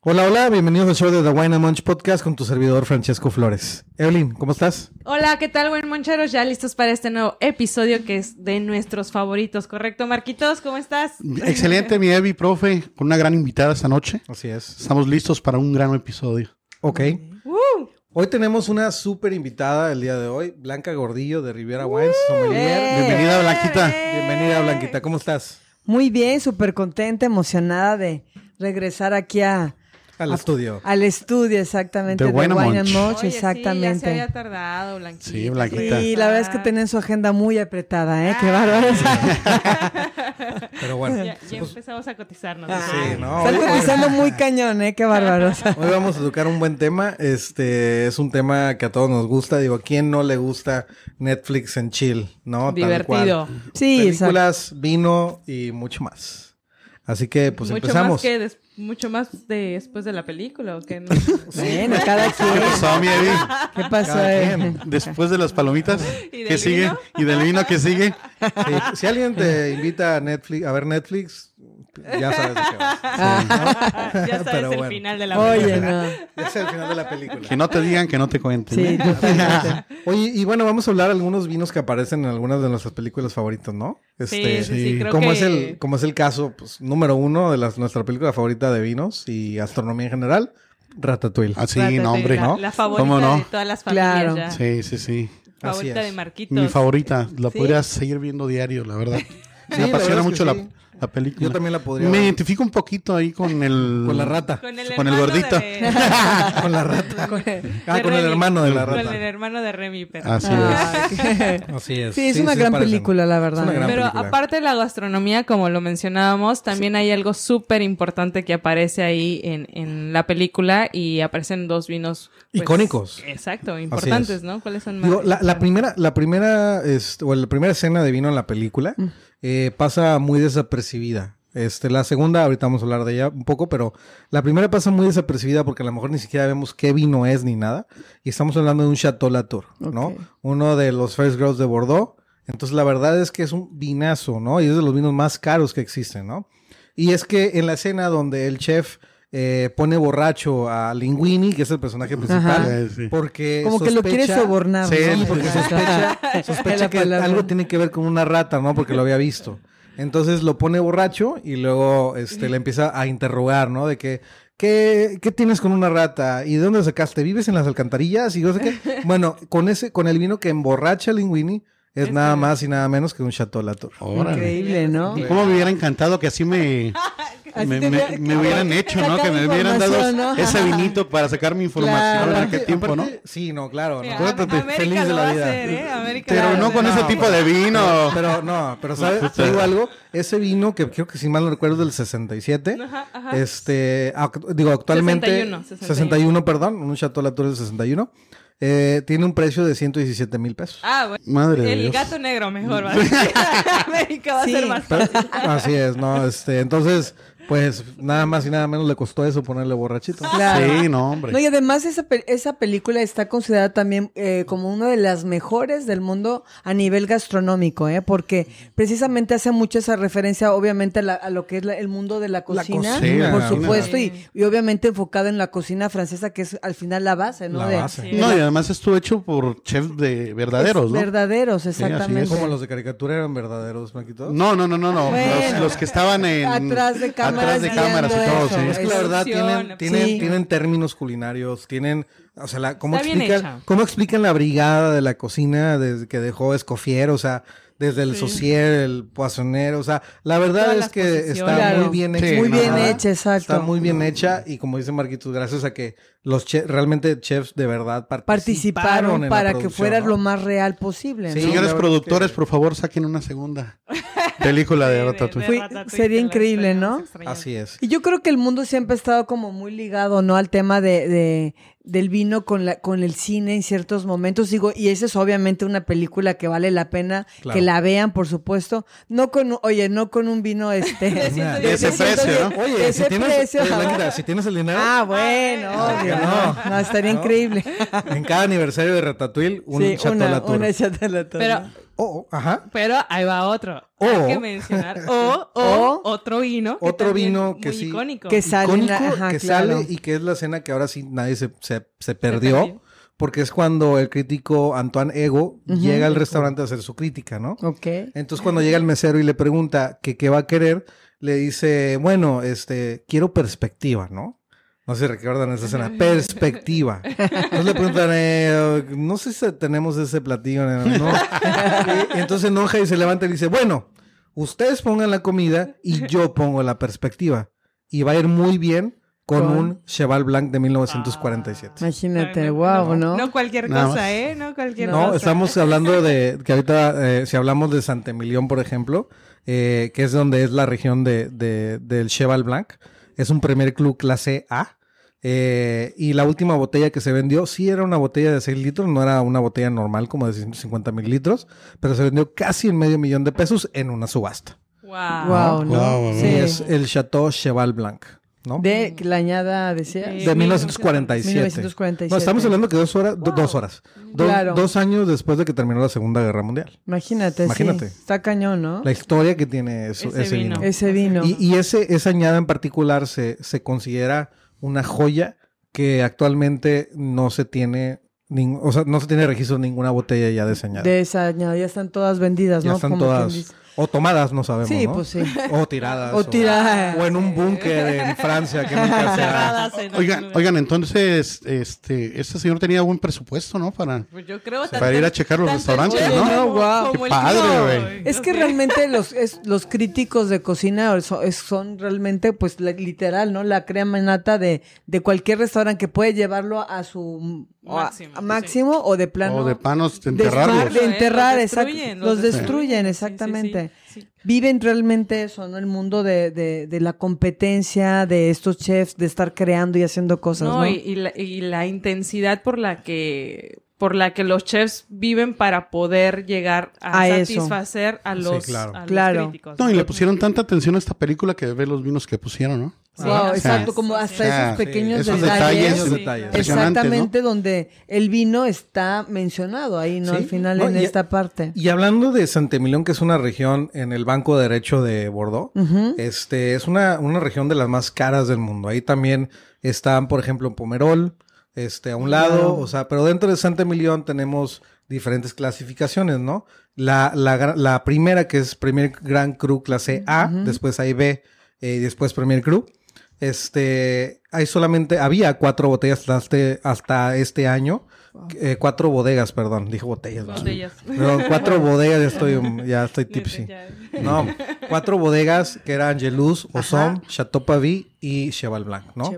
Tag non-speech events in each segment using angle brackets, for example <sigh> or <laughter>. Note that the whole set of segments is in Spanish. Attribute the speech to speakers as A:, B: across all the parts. A: Hola, hola, bienvenidos al show de The Wine and Munch Podcast con tu servidor Francesco Flores. Evelyn, ¿cómo estás?
B: Hola, ¿qué tal, buen moncheros? Ya listos para este nuevo episodio que es de nuestros favoritos, ¿correcto, Marquitos? ¿Cómo estás?
C: Excelente, mi Evi, profe, con una gran invitada esta noche.
A: Así es.
C: Estamos listos para un gran episodio.
A: Ok.
B: ¡Uh!
A: Hoy tenemos una súper invitada el día de hoy, Blanca Gordillo de Riviera Wines. sommelier.
B: ¡Eh!
C: Bienvenida, Blanquita.
B: ¡Eh!
A: Bienvenida, Blanquita, ¿cómo estás?
D: Muy bien, súper contenta, emocionada de regresar aquí a,
A: Al
B: Ah,
D: a-
A: estudio.
D: Al estudio, exactamente.
C: De
D: De
C: Wine
D: Wine,
C: and
D: and
C: Munch.
B: Oye,
D: Munch,
B: Sí, ya se
D: exactamente.
B: había tardado, Blanquita.
C: Sí, Blanquita.
D: y la verdad es que tenían su agenda muy apretada, ¿eh? Qué bárbaro.
B: Ah.
A: Pero bueno.
B: <laughs>
A: <laughs>
B: Ya, Ah. ya empezamos a cotizarnos.
A: Ah. Sí, no.
D: Están
A: Hoy,
D: cotizando muy cañón, ¿eh? Qué bárbaros.
A: hoy vamos a tocar un buen tema. Este es un tema que a todos nos gusta. Digo, ¿a quién no le gusta Netflix en chill? ¿No? Tal
B: Divertido.
A: cual.
D: Sí, exacto.
A: Películas, vino y mucho más. Así que pues
B: mucho
A: empezamos.
B: más que des- mucho más de- después de la película, ¿o
A: <laughs>
B: qué? No?
D: Bueno, cada
C: ¿Qué
D: quien.
C: pasó, mi Evi?
D: ¿Qué pasó,
A: Cada
D: eh?
A: quien.
C: Después de las palomitas,
B: ¿Y
C: ¿qué
B: del
C: sigue?
B: vino?
C: ¿Y del vino que sigue?
A: Sí, si alguien te invita a Netflix, a ver Netflix, ya sabes de qué vas.
B: Ah, ya sabes
A: Pero
B: el
A: bueno.
B: final de la película.
D: Oye, no.
A: Ya es el final de la película.
C: Que no te digan, que no te cuenten.
D: Sí,
C: ¿eh?
D: totalmente.
A: Oye, y bueno, vamos a hablar de algunos vinos que aparecen en algunas de nuestras películas favoritas, ¿no?
B: Sí, sí, sí,
C: sí.
B: creo
A: como
B: que...
A: es el, como es el caso, pues, número uno de las, nuestra película favorita de vinos y gastronomía en general, Ratatouille.
C: Ah, sí,
B: Trátate
C: no, hombre.
B: La, la favorita
C: ¿Cómo no?
B: de todas las familias
D: Claro.
B: ya.
C: Sí, sí, sí.
B: Favorita
A: Así
B: de
A: es.
B: Marquitos.
C: Mi favorita. La
B: ¿Sí?
C: podrías seguir viendo diario, la verdad.
A: la
C: Me
A: verdad es
C: apasiona
A: que
C: mucho la,
A: sí.
C: la película.
A: Yo también la podría
C: Me
A: ver.
C: identifico un poquito ahí con el...
A: Con la rata.
B: Con el,
C: Con el
B: hermano
C: gordito. <laughs>
B: de-
A: Con la rata.
D: Con-
A: Ah,
B: de
A: con el
B: Remy.
A: hermano de la
B: Con el
A: rata.
B: hermano de Remy, pero.
C: Así es.
D: Ah, qué-
A: Así es.
D: Sí, es una
A: se
D: gran
A: parecen.
D: película, la verdad.
A: Es una gran
B: Pero
A: película.
B: aparte de la gastronomía, como lo mencionábamos, también hay algo súper importante que aparece ahí en, en la película y aparecen dos vinos pues,
A: Icónicos.
B: Exacto, importantes,
A: es.
B: ¿no? ¿Cuáles son más?
A: Digo, la, la
B: importantes?
A: primera, la primera, este, o la primera escena de vino en la película eh, pasa muy desapercibida. Este, la segunda, ahorita vamos a hablar de ella un poco, pero la primera pasa muy desapercibida porque a lo mejor ni siquiera vemos qué vino es ni nada. Y estamos hablando de un Chateau Latour, ¿no?
D: Ok.
A: Uno de los First Grows de Bordeaux. Entonces, la verdad es que es un vinazo, ¿no? Y es de los vinos más caros que existen, ¿no? Y es que en la escena donde el chef eh, pone borracho a Linguini, que es el personaje principal,
C: Sí, Ah, sí.
A: porque
D: Como que lo quiere
A: sospecha-
D: sobornar.
C: Sí,
D: ¿no?
A: porque
D: <laughs>
A: sospecha, sospecha
D: La
A: que
D: palabra.
A: algo tiene que ver con una rata, ¿no? Porque lo había visto. Entonces lo pone borracho y luego este, le empieza a interrogar, ¿no? De que, ¿qué, qué tienes con una rata? ¿Y de dónde sacaste? ¿Vives en las alcantarillas? Y no sé qué. Bueno, con, ese, con el vino que emborracha a Linguini es
B: Es
A: nada
B: el-
A: más y nada menos que un Chateau Latour.
C: Órale.
D: Increíble, ¿no?
C: ¿Cómo me hubiera encantado que así
D: <laughs>
C: me,
D: Así
C: me,
D: te
C: me-
D: hubiera-
C: me hubieran hecho, ¿no? Que
D: sacar
C: me hubieran dado
D: información, ¿no? <laughs>
C: ese vinito para sacar mi información
D: Claro.
C: en aquel tiempo, ¿no?
A: Aparte- Sí, no, claro.
B: Mira,
A: ¿no?
B: Am-
C: Acuérdate,
B: América
A: feliz de
B: lo
A: la
B: va a
A: vida.
B: hacer, ¿eh? América
C: Pero
B: lo va a
C: no con
B: hacer.
C: ese tipo de vino.
A: Pero no, <laughs> pero ¿sabes? Te digo algo. Ese vino, que creo que si mal no recuerdo es del 67.
B: Ajá, ajá.
A: Este, act- digo, actualmente.
B: 61,
A: 61. perdón. Un Chateau Latour del 61. eh, tiene un precio de 117 mil pesos.
B: Ah, bueno.
C: Madre de
B: el
C: Dios.
B: gato negro mejor va
A: <laughs>
B: a ser. América va
D: Sí.
B: a ser más
A: Pero- así es, ¿no? Este, entonces, pues nada más y nada menos le costó eso ponerle borrachito.
D: Claro.
C: Sí, no, hombre.
D: No, y además esa, pe- esa película está considerada también eh, como una de las mejores del mundo a nivel gastronómico, ¿eh? porque precisamente hace mucho esa referencia, obviamente, a, la- a lo que es la- el mundo de la cocina,
A: cocina,
D: por
A: la
D: supuesto,
B: cocina.
D: y, y obviamente enfocada en la cocina francesa, que es al final la base, ¿no?
A: La
D: De-
A: base.
D: de
C: No,
D: la-
C: y además estuvo hecho por chefs de verdaderos, ¿no?
D: Verdaderos,
C: así es.
D: exactamente.
A: Como los de caricatura eran verdaderos, Maquito.
C: No, no, no, no, no.
D: Bueno.
C: los, los que
D: <laughs>
C: estaban en
D: Atrás de cámaras
C: atrás de
D: guiando
C: cámaras y todo,
D: eso,
C: sí.
A: Es que la verdad tienen,
B: Producción,
A: tienen,
D: sí.
A: tienen términos culinarios, tienen, o sea, la, ¿cómo,
B: Está bien
A: explican,
B: hecha.
A: ¿cómo explican la brigada de la cocina desde que dejó Escofier? O sea, desde el Saucier, el Poissonnier, o sea, la verdad
B: Todas
A: es
B: las
A: que
B: posiciones.
A: está
D: Claro.
A: muy bien
C: Sí,
A: hecha.
C: Muy bien
D: hecha, exacto.
A: Está muy bien hecha y como dice Marquitos, gracias a que los che- realmente chefs de verdad participaron, en
D: participaron
A: la
D: para que
A: producción,
D: fuera
A: ¿no?
D: lo más real posible.
A: Sí,
D: ¿no?
A: la
C: Señores
A: verdad
C: productores,
A: que-
C: por favor, saquen una
D: <laughs>
C: segunda película de Ratatouille.
D: Fui- sería increíble, ¿no?
A: Así es.
D: Y yo creo que el mundo siempre ha estado como muy ligado, ¿no? Al tema de, de- del vino con, la, con el cine en ciertos momentos. Digo, y esa es obviamente una película que vale la pena
A: Claro.
D: que la vean, por supuesto. No con, un- oye, no con un vino
A: <laughs>
D: este.
A: Nah.
C: De ese precio, ¿no?
A: Oye, si
D: ese
A: tienes,
D: precio.
A: oye, Blanquita, si tienes el dinero,
D: Ah, bueno,
A: Ah,
D: obvio.
A: no.
D: No, estaría
A: No.
D: increíble.
A: en cada aniversario de Ratatouille, un
D: sí,
A: Chateau
D: una,
A: Latour.
D: una Chateau Latour.
B: Pero
A: oh, ajá.
B: Pero ahí va otro. Hay
A: O-
B: que mencionar. O, o,
D: O-
B: otro vino. que
A: otro
B: también
A: vino
B: muy
A: que sí-
B: icónico.
D: Que sale en la-
A: icónico
D: ajá,
A: que
D: claro.
A: sale y que es la escena que ahora sí nadie se, se- se
B: perdió.
A: perdió, porque es cuando el crítico Antoine Ego llega al restaurante a hacer su crítica, ¿no?
D: Ok.
A: Entonces cuando llega el mesero y le pregunta que qué va a querer, le dice, bueno, este, quiero perspectiva, ¿no? No sé si recuerdan esa escena, perspectiva. Entonces le preguntan, eh, no sé si tenemos ese platillo, ¿no? Y entonces se enoja y se levanta y le dice, bueno, ustedes pongan la comida y yo pongo la perspectiva. Y va a ir muy bien con,
D: Con- Ah,
A: un Cheval Blanc de 1947.
D: Imagínate, wow, ¿no?
B: No cualquier
C: Nada
B: cosa,
C: más.
B: ¿eh? No cualquier cosa.
A: No, estamos hablando de que ahorita, eh, si hablamos de Santemilión, por ejemplo, eh, que es donde es la región de, de- del Cheval Blanc, es un primer club clase A. eh, y la última botella que se vendió, sí era una botella de 6 litros, no era una botella normal como de 650 mililitros, pero se vendió casi en medio millón de pesos en una subasta.
B: Wow.
D: Wow, ¿no?
C: Guau,
A: Y
D: Sí.
A: es el Chateau Cheval Blanc, ¿no?
D: De la añada, decía.
B: Sí.
A: De 1947.
D: 1947.
A: No, estamos hablando que dos horas, do- dos horas. Do-
D: Claro.
A: Dos años después de que terminó la Segunda Guerra Mundial.
D: Imagínate,
A: Imagínate.
D: sí. Está cañón, ¿no?
A: La historia que tiene eso- ese, vino.
D: Ese vino.
A: Y, y ese, esa añada en particular se, se considera una joya que actualmente no se tiene, nin- o sea, no se tiene registro de ninguna botella ya de esa añada.
D: De esa añada. Ya están todas vendidas,
A: ya
D: ¿no?
A: están
D: Como quien
A: todas,
D: dice.
A: o tomadas, no sabemos,
D: Sí,
A: ¿no?
D: pues sí.
A: O tiradas.
B: <laughs>
D: O tiradas.
A: O en un búnker en Francia que nunca
D: <laughs>
A: se ha-
B: Cerradas en
C: Oigan,
B: algún lugar.
C: oigan, entonces, este, este señor tenía buen presupuesto, ¿no? Para...
B: Pues yo creo
C: Para ir a checar los restaurantes,
D: ¿no? No, guau.
C: Qué padre, güey.
D: Es que realmente los, es- los críticos de cocina son, es- son realmente, pues, la- literal, ¿no? La crema nata de, de cualquier restaurante que puede llevarlo a su o a-
B: Máximo,
D: a máximo o de plano.
C: o de panos de
D: de
C: enterrarlos.
D: estar- de enterrar,
B: Los
D: exacto.
B: destruyen, los
D: Los
B: destruyen,
D: destruyen,
B: sí, sí,
D: exactamente.
B: sí, sí.
D: Viven realmente eso, ¿no? El mundo de, de, de la competencia, de estos chefs, de estar creando y haciendo cosas, ¿no?
B: No, y, y la, y la intensidad por la que por la que los chefs viven para poder llegar a,
D: A eso.
B: satisfacer a
A: Sí,
B: los,
A: claro.
B: a los
D: Claro.
B: críticos.
C: No, y le pusieron tanta atención a esta película que ve los vinos que pusieron, ¿no?
B: Sí,
D: Wow,
B: así
D: exacto,
B: es,
D: como
B: así
D: hasta
B: es.
C: Ah,
D: esos pequeños
C: esos
D: detalles.
C: detalles. Impresionante,
D: Exactamente donde el vino está mencionado ahí, ¿no?
A: Sí.
D: Al final
A: No,
D: en
A: y-
D: esta parte.
A: Y hablando de Santemilión, que es una región en el Banco de Derecho de Bordeaux, este, es una, una región de las más caras del mundo. Ahí también están, por ejemplo, Pomerol, este, a un lado, o sea, pero dentro de Santemilión tenemos diferentes clasificaciones, ¿no? La, la, gra- la primera, que es Premier Grand Cru clase A, después hay B, eh, y después Premier Cru. Este, hay solamente, había cuatro botellas hasta este, hasta este año, eh, cuatro bodegas, perdón, dijo botellas. ¿verdad?
B: Botellas.
A: <laughs> Perdón, cuatro bodegas, ya estoy, um, ya estoy tipsy.
B: Ya-
A: No, cuatro bodegas que eran Angelus, Osom, Chateau Pavi y Cheval Blanc, ¿no?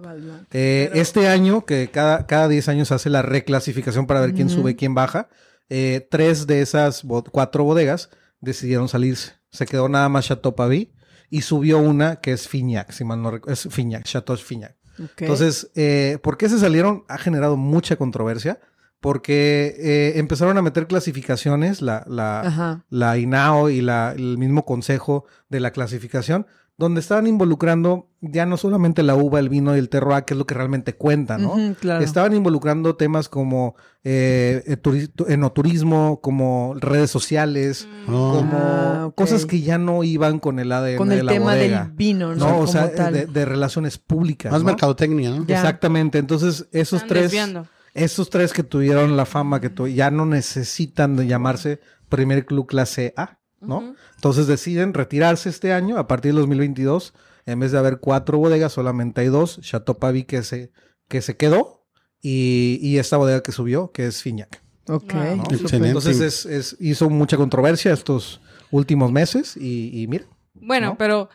A: Eh, Este año, que cada, cada 10 años se hace la reclasificación para ver quién sube y quién baja, eh, tres de esas bo- cuatro bodegas decidieron salirse. Se quedó nada más Chateau Pavi y subió una que es Fignac, si mal no recuerdo, es Fignac, Chateau Fignac.
D: Ok.
A: Entonces, eh, ¿por qué se salieron? Ha generado mucha controversia. Porque eh, empezaron a meter clasificaciones, la, la,
D: Ajá.
A: la INAO y la, el mismo consejo de la clasificación, donde estaban involucrando ya no solamente la uva, el vino y el terroir, que es lo que realmente cuenta, ¿no?
D: Ujú, claro.
A: Estaban involucrando temas como eh, eh, turi- tu- enoturismo, como redes sociales,
C: No.
A: como
D: Ah, ok.
A: cosas que ya no iban con el ADN
D: Con
A: de
D: el
A: la
D: tema
A: bodega.
D: del vino,
A: No,
D: ¿no?
A: o
D: Como
A: sea,
D: tal.
A: de, de relaciones públicas.
C: Más
A: ¿no?
C: mercadotecnia, ¿no?
D: Ya.
A: Exactamente. Entonces, esos
B: Están
A: tres.
B: desviando.
A: Esos tres que tuvieron la fama que tu- ya no necesitan de llamarse primer club clase A, ¿no? Entonces deciden retirarse este año, a partir del 2022, en vez de haber cuatro bodegas, solamente hay dos, Chateau Pavi que se, que se quedó y, y esta bodega que subió, que es Fiñac.
D: Ok.
B: Wow.
D: súper.
C: Excelente.
A: Entonces es, es- hizo mucha controversia estos últimos meses y, y mira.
B: Bueno,
A: ¿no?
B: pero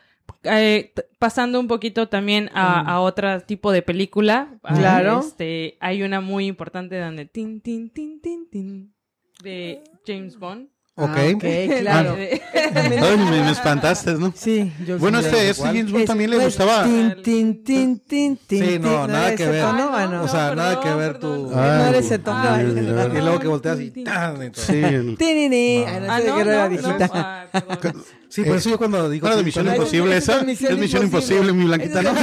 B: eh, t- pasando un poquito también a,
A: Mm.
B: a otro tipo de película. a-
D: Claro.
B: este, hay una muy importante donde tin, tin, tin, tin, tin, de James Bond. Este,
A: Ok.
D: Ah, ok, claro.
B: De- <laughs>
C: Ay, me, me espantaste, ¿no?
D: Sí, yo
C: Bueno,
D: sí.
C: este,
A: igual.
C: este James Bond
D: Es- pues,
C: también le
D: no es
C: gustaba.
D: Tin, tin, tin, tin, tin,
A: Sí,
D: tin,
A: no, nada
D: era
A: que
D: ese
A: ver.
D: tono,
B: Ay,
D: bueno.
A: O sea,
B: No,
A: nada que
B: perdón,
A: ver tu...
B: perdón.
D: No eres ese tono.
C: Ay,
A: Y
C: Dios.
A: luego que volteas y...
B: Tin, tin.
A: ¡tan! y todo.
C: Sí, el-
D: Tin, tin, tin. Ah, no,
B: Ah,
D: ese
B: no,
D: era
B: no,
D: la
B: no,
D: viejita.
C: <laughs>
B: ah, perdón.
A: Sí, por
C: Eh,
A: eso yo cuando digo...
C: Bueno, de
A: sí,
C: Misión
A: cuando-
C: Imposible esa. Es Misión Imposible, mi Blanquita, ¿no?
D: <laughs> Es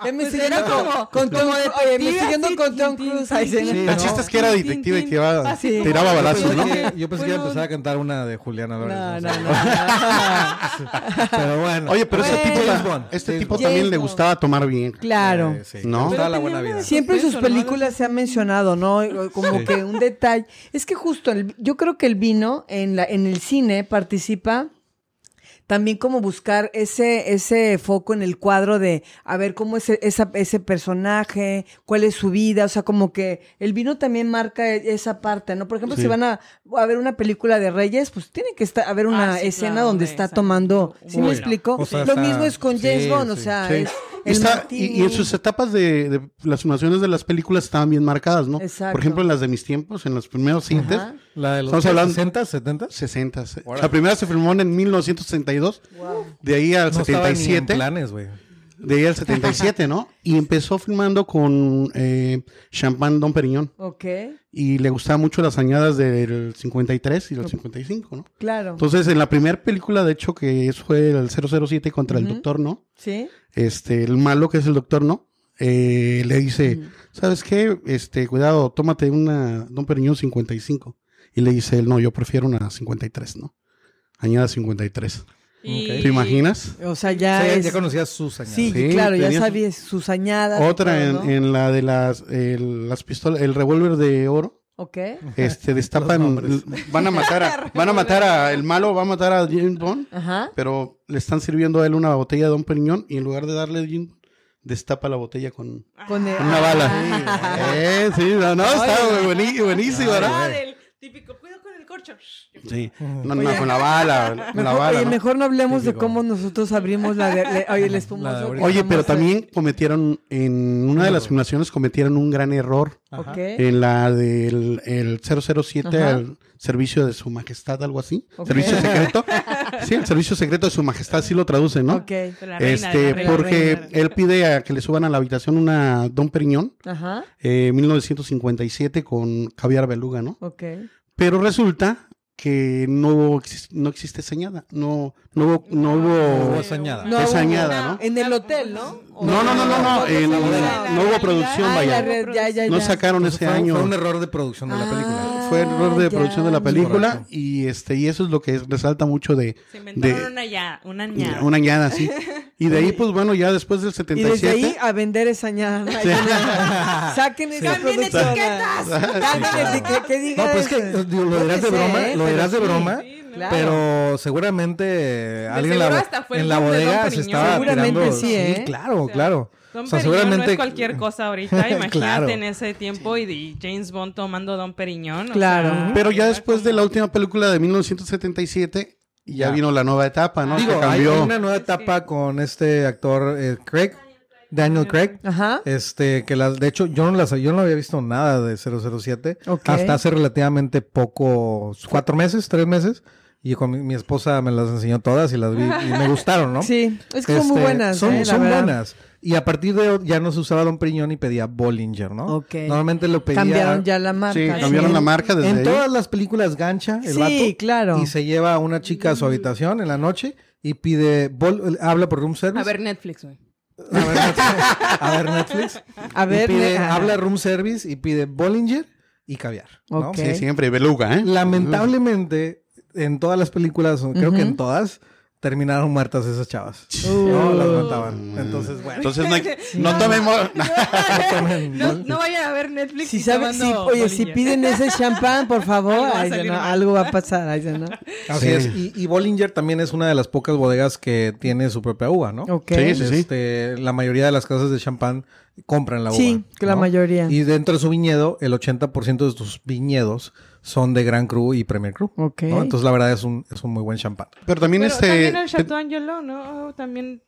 B: Pues
D: Misión
B: era
D: Imposible.
B: como-
D: Con Tom
B: como de
D: Cruise, eh,
B: detective,
D: Misión
B: así,
D: con Tom
B: tin, tin,
D: Cruise,
B: tin,
D: ahí se-
B: tin,
D: Sí,
B: tin,
C: El
B: tin,
C: chiste es que era
B: tin,
C: detective y
B: tin, Ah,
C: que iba-
B: tin. Así.
C: tiraba
A: Yo
C: balazos,
A: pensé
C: ¿no?
A: que- Yo pensé que iba a
B: Bueno.
A: empezar a cantar una de Julián
C: <laughs>
A: Álvarez.
D: No,
A: o
D: no,
A: sea.
D: no.
A: <laughs> Pero bueno.
C: Oye, pero ese
D: Bueno.
C: tipo,
A: James Bond,
C: este
A: James
C: tipo
A: Bond.
C: también
D: James
C: le
D: Bond.
C: gustaba tomar bien.
D: Claro.
A: Eh, sí,
C: ¿No?
A: ¿no?
B: Pero
A: la buena
B: tenía
A: vida.
B: una-
D: Siempre en sus
B: Suspenso, Pues ¿no?
D: películas se ha mencionado, ¿no? Como
A: Sí.
D: que un detalle. Es que justo, el- yo creo que el vino en, la, en el cine participa también como buscar ese, ese foco en el cuadro de a ver cómo es e- esa- ese personaje, cuál es su vida, o sea, como que el vino también marca e- esa parte, ¿no? Por ejemplo,
C: Sí.
D: si van a, a ver una película de Reyes, pues tiene que estar, haber una
B: Ah, sí,
D: escena
B: claro,
D: donde
B: de
D: está
B: esa-
D: tomando, ¿sí me
B: Bueno,
D: explico?
A: o sea,
D: Lo
A: está-
D: mismo es con James
A: sí,
D: Bond, o
A: sí,
D: sea,
C: Sí.
D: es
C: Y, está- y- y en
D: martini.
C: sus etapas de, de las filmaciones de las películas estaban bien marcadas, ¿no?
D: Exacto.
C: Por ejemplo, en las de mis tiempos, en los primeros cintas,
D: Ajá.
A: La de los
C: Estamos hablando-
A: 60, 70.
C: 60. se-
A: Órale.
C: La primera se filmó en 1962, de ahí al
A: No estaba ni en
C: 77.
A: planes, güey.
C: De ahí al 77, ¿no? Y empezó filmando con eh, Champagne Don Perignon.
D: Ok,
C: Y le gustaban mucho las añadas del 53 y del 55, ¿no?
D: claro.
A: Pues,
C: Entonces, en la primera película, de hecho, que es- fue el 007 contra el Doctor, ¿no?
D: ¿Sí?
C: Este, el malo que es el Doctor, ¿no? Eh, le dice, ¿sabes qué? Este, cuidado, tómate una Don Perignon 55. Y le dice él, no, yo prefiero una 53, ¿no? Añada 53.
B: Y-
C: ¿Te imaginas?
D: O sea, ya
A: O sea, ya-
D: es...
A: ya conocías sus añadas.
D: sí,
C: Sí,
D: claro, ya
C: tenía su-
D: sabías sus añadas.
C: Otra
D: todo,
C: en,
D: ¿no?
C: en la de las, el- las pistolas, el revólver de oro.
D: Ok.
C: Este destapan,
A: nombres.
C: l- van a matar
D: <laughs>
C: a, van a matar a el malo, va a matar a James Bond,
D: Ajá.
C: pero le están sirviendo a él una botella de Don Periñón y en lugar de darle James Bond, destapa la botella con
D: Con el-
C: con una bala. <laughs> Eh, sí, no, no, está buení- buenísimo,
B: Ah,
C: ¿verdad?
B: del típico, cuidado con el corcho.
C: Sí, no, no, con la bala, con la
D: Mejor-
C: bala.
D: oye,
C: ¿no?
D: mejor no hablemos de
A: Típico.
D: cómo nosotros abrimos la de, le- oye, el
A: La de
D: espumoso.
A: ahorita.
C: Oye, pero
D: Jamás-
C: también cometieron, en una de las simulaciones cometieron un gran error.
D: Ok.
A: eh,
C: En la del el 007
D: Ajá.
C: al servicio de su majestad, algo así.
D: Ok.
C: Servicio
B: <laughs>
C: secreto. sí, el servicio secreto de su majestad, sí lo traduce, ¿no?
D: Ok.
B: La reina de
C: Este,
B: la reina.
C: porque
D: reina.
C: él pide a que le suban a la habitación una Don Periñón,
D: Ajá.
C: eh, 1957, con caviar beluga, ¿no?
D: Ok.
C: Pero resulta que no, exis- no existe esa añada, no, no hubo, no hubo-
A: No, soñada.
D: No,
C: esa
D: hubo-
C: añada, ¿no?
D: En el hotel, ¿no? ¿O
C: No, no, no, no, no,
D: se
C: en-
D: hizo
C: no
D: la-
C: hubo
D: la-
C: producción,
D: Ah,
C: vaya.
D: la red, ya, ya,
C: No
D: ya.
C: sacaron
A: Entonces
C: ese
A: Pues fue, un-
C: año.
A: fue un error de producción de la película.
D: Ah,
C: fue el error de
D: ya.
C: producción de la película
A: Correcto.
C: y este y eso es lo que resalta mucho de
B: Se inventaron
C: de-
B: una ya, una ñada.
C: una ñada así. Y de ahí pues bueno, ya después del
D: Y desde
C: 77
D: ahí
B: ah,
D: a vender esa ñada. Saquen esa
B: ¡Cambien
D: productora.
B: etiquetas!
D: Cambien etiquetas. Que diga
A: No, pues es que
D: eso.
A: eh, digo, lo
D: Yo
A: dirás
D: qué
A: de
D: sé,
A: broma,
D: ¿eh?
A: lo
D: Pero
A: dirás de
D: sí.
A: broma,
B: sí,
D: claro.
A: pero seguramente alguien en la,
B: seguro
A: bo-
B: hasta fue
A: en
B: el
A: la
B: boom de Don
A: bodega se
B: Periñón.
A: estaba
D: Seguramente
A: tirando-
D: sí, ¿eh?
A: claro,
B: O sea,
A: claro.
B: Don
A: o sea,
B: Periñón
A: seguramente
B: no es cualquier cosa
C: <laughs>
B: ahorita. Imagínate
A: Claro.
B: en ese tiempo y, y James Bond tomando Don Periñón. o
D: Claro.
B: sea,
C: Pero ya
B: era
C: después de
B: como-
C: la última película de 1977 ya,
A: Ya.
C: vino la nueva etapa, ¿no?
A: Digo,
C: que
A: hay
C: cambió.
A: una nueva etapa con este actor eh, Craig, Daniel Craig.
D: Ajá.
A: Este, que la, de hecho, yo no, las, yo no había visto nada de 007
D: Ok.
A: hasta hace relativamente poco, cuatro meses, tres meses. Y con mi, mi esposa me las enseñó todas y las vi y me gustaron, ¿no?
D: <laughs> Sí, es que son muy
A: Este,
D: buenas.
A: Son,
D: eh, la
A: son
D: verdad.
A: buenas. Y a partir de ya no se usaba Don Periñón y pedía Bollinger, ¿no?
D: Ok.
A: Normalmente lo pedía.
D: Cambiaron ya la marca.
C: Sí,
D: ¿no?
C: cambiaron la marca desde
A: En
C: ahí.
A: todas las películas gancha el
D: Sí,
A: vato,
D: claro.
A: y se lleva a una chica a su habitación en la noche y pide bol- eh, habla por room service.
B: A ver Netflix, güey.
A: <laughs> A ver Netflix. A ver,
B: <laughs>
A: Netflix.
D: A
A: Y
D: ver,
A: pide-
B: ah,
D: ne-
A: habla room service y pide Bollinger y caviar. ¿no?
D: Ok.
C: Sí, siempre Beluga, ¿eh?
A: Lamentablemente, en todas las películas, creo que en todas, terminaron muertas esas chavas.
B: uh.
A: No las mataban. Entonces, bueno. <laughs>
C: Entonces no, hay- no tomemos
A: tomen
B: No,
A: Bol-
B: no vayan a ver Netflix.
D: Si
B: y
D: saben,
B: tomando
D: si, oye,
B: Bollinger.
D: si piden ese champán, por favor,
B: Algo va a
D: ay,
B: salir
D: ya no,
B: mal.
D: algo va a pasar. ay, ya no.
A: Así
C: Sí.
A: es. Y, y Bollinger también es una de las pocas bodegas que tiene su propia uva, ¿no?
D: Ok.
C: Sí, sí, sí.
A: Este, la mayoría de las casas de champán compran la uva.
D: Sí, que la
A: ¿no?
D: mayoría.
A: Y dentro de su viñedo, el 80% de sus viñedos son de Gran Cru y Premier Cru.
D: Ok.
A: ¿no? Entonces, la verdad es un, es un muy buen champán.
C: Pero también
B: Pero
C: este
B: también el Chateau Angelo, ¿no? También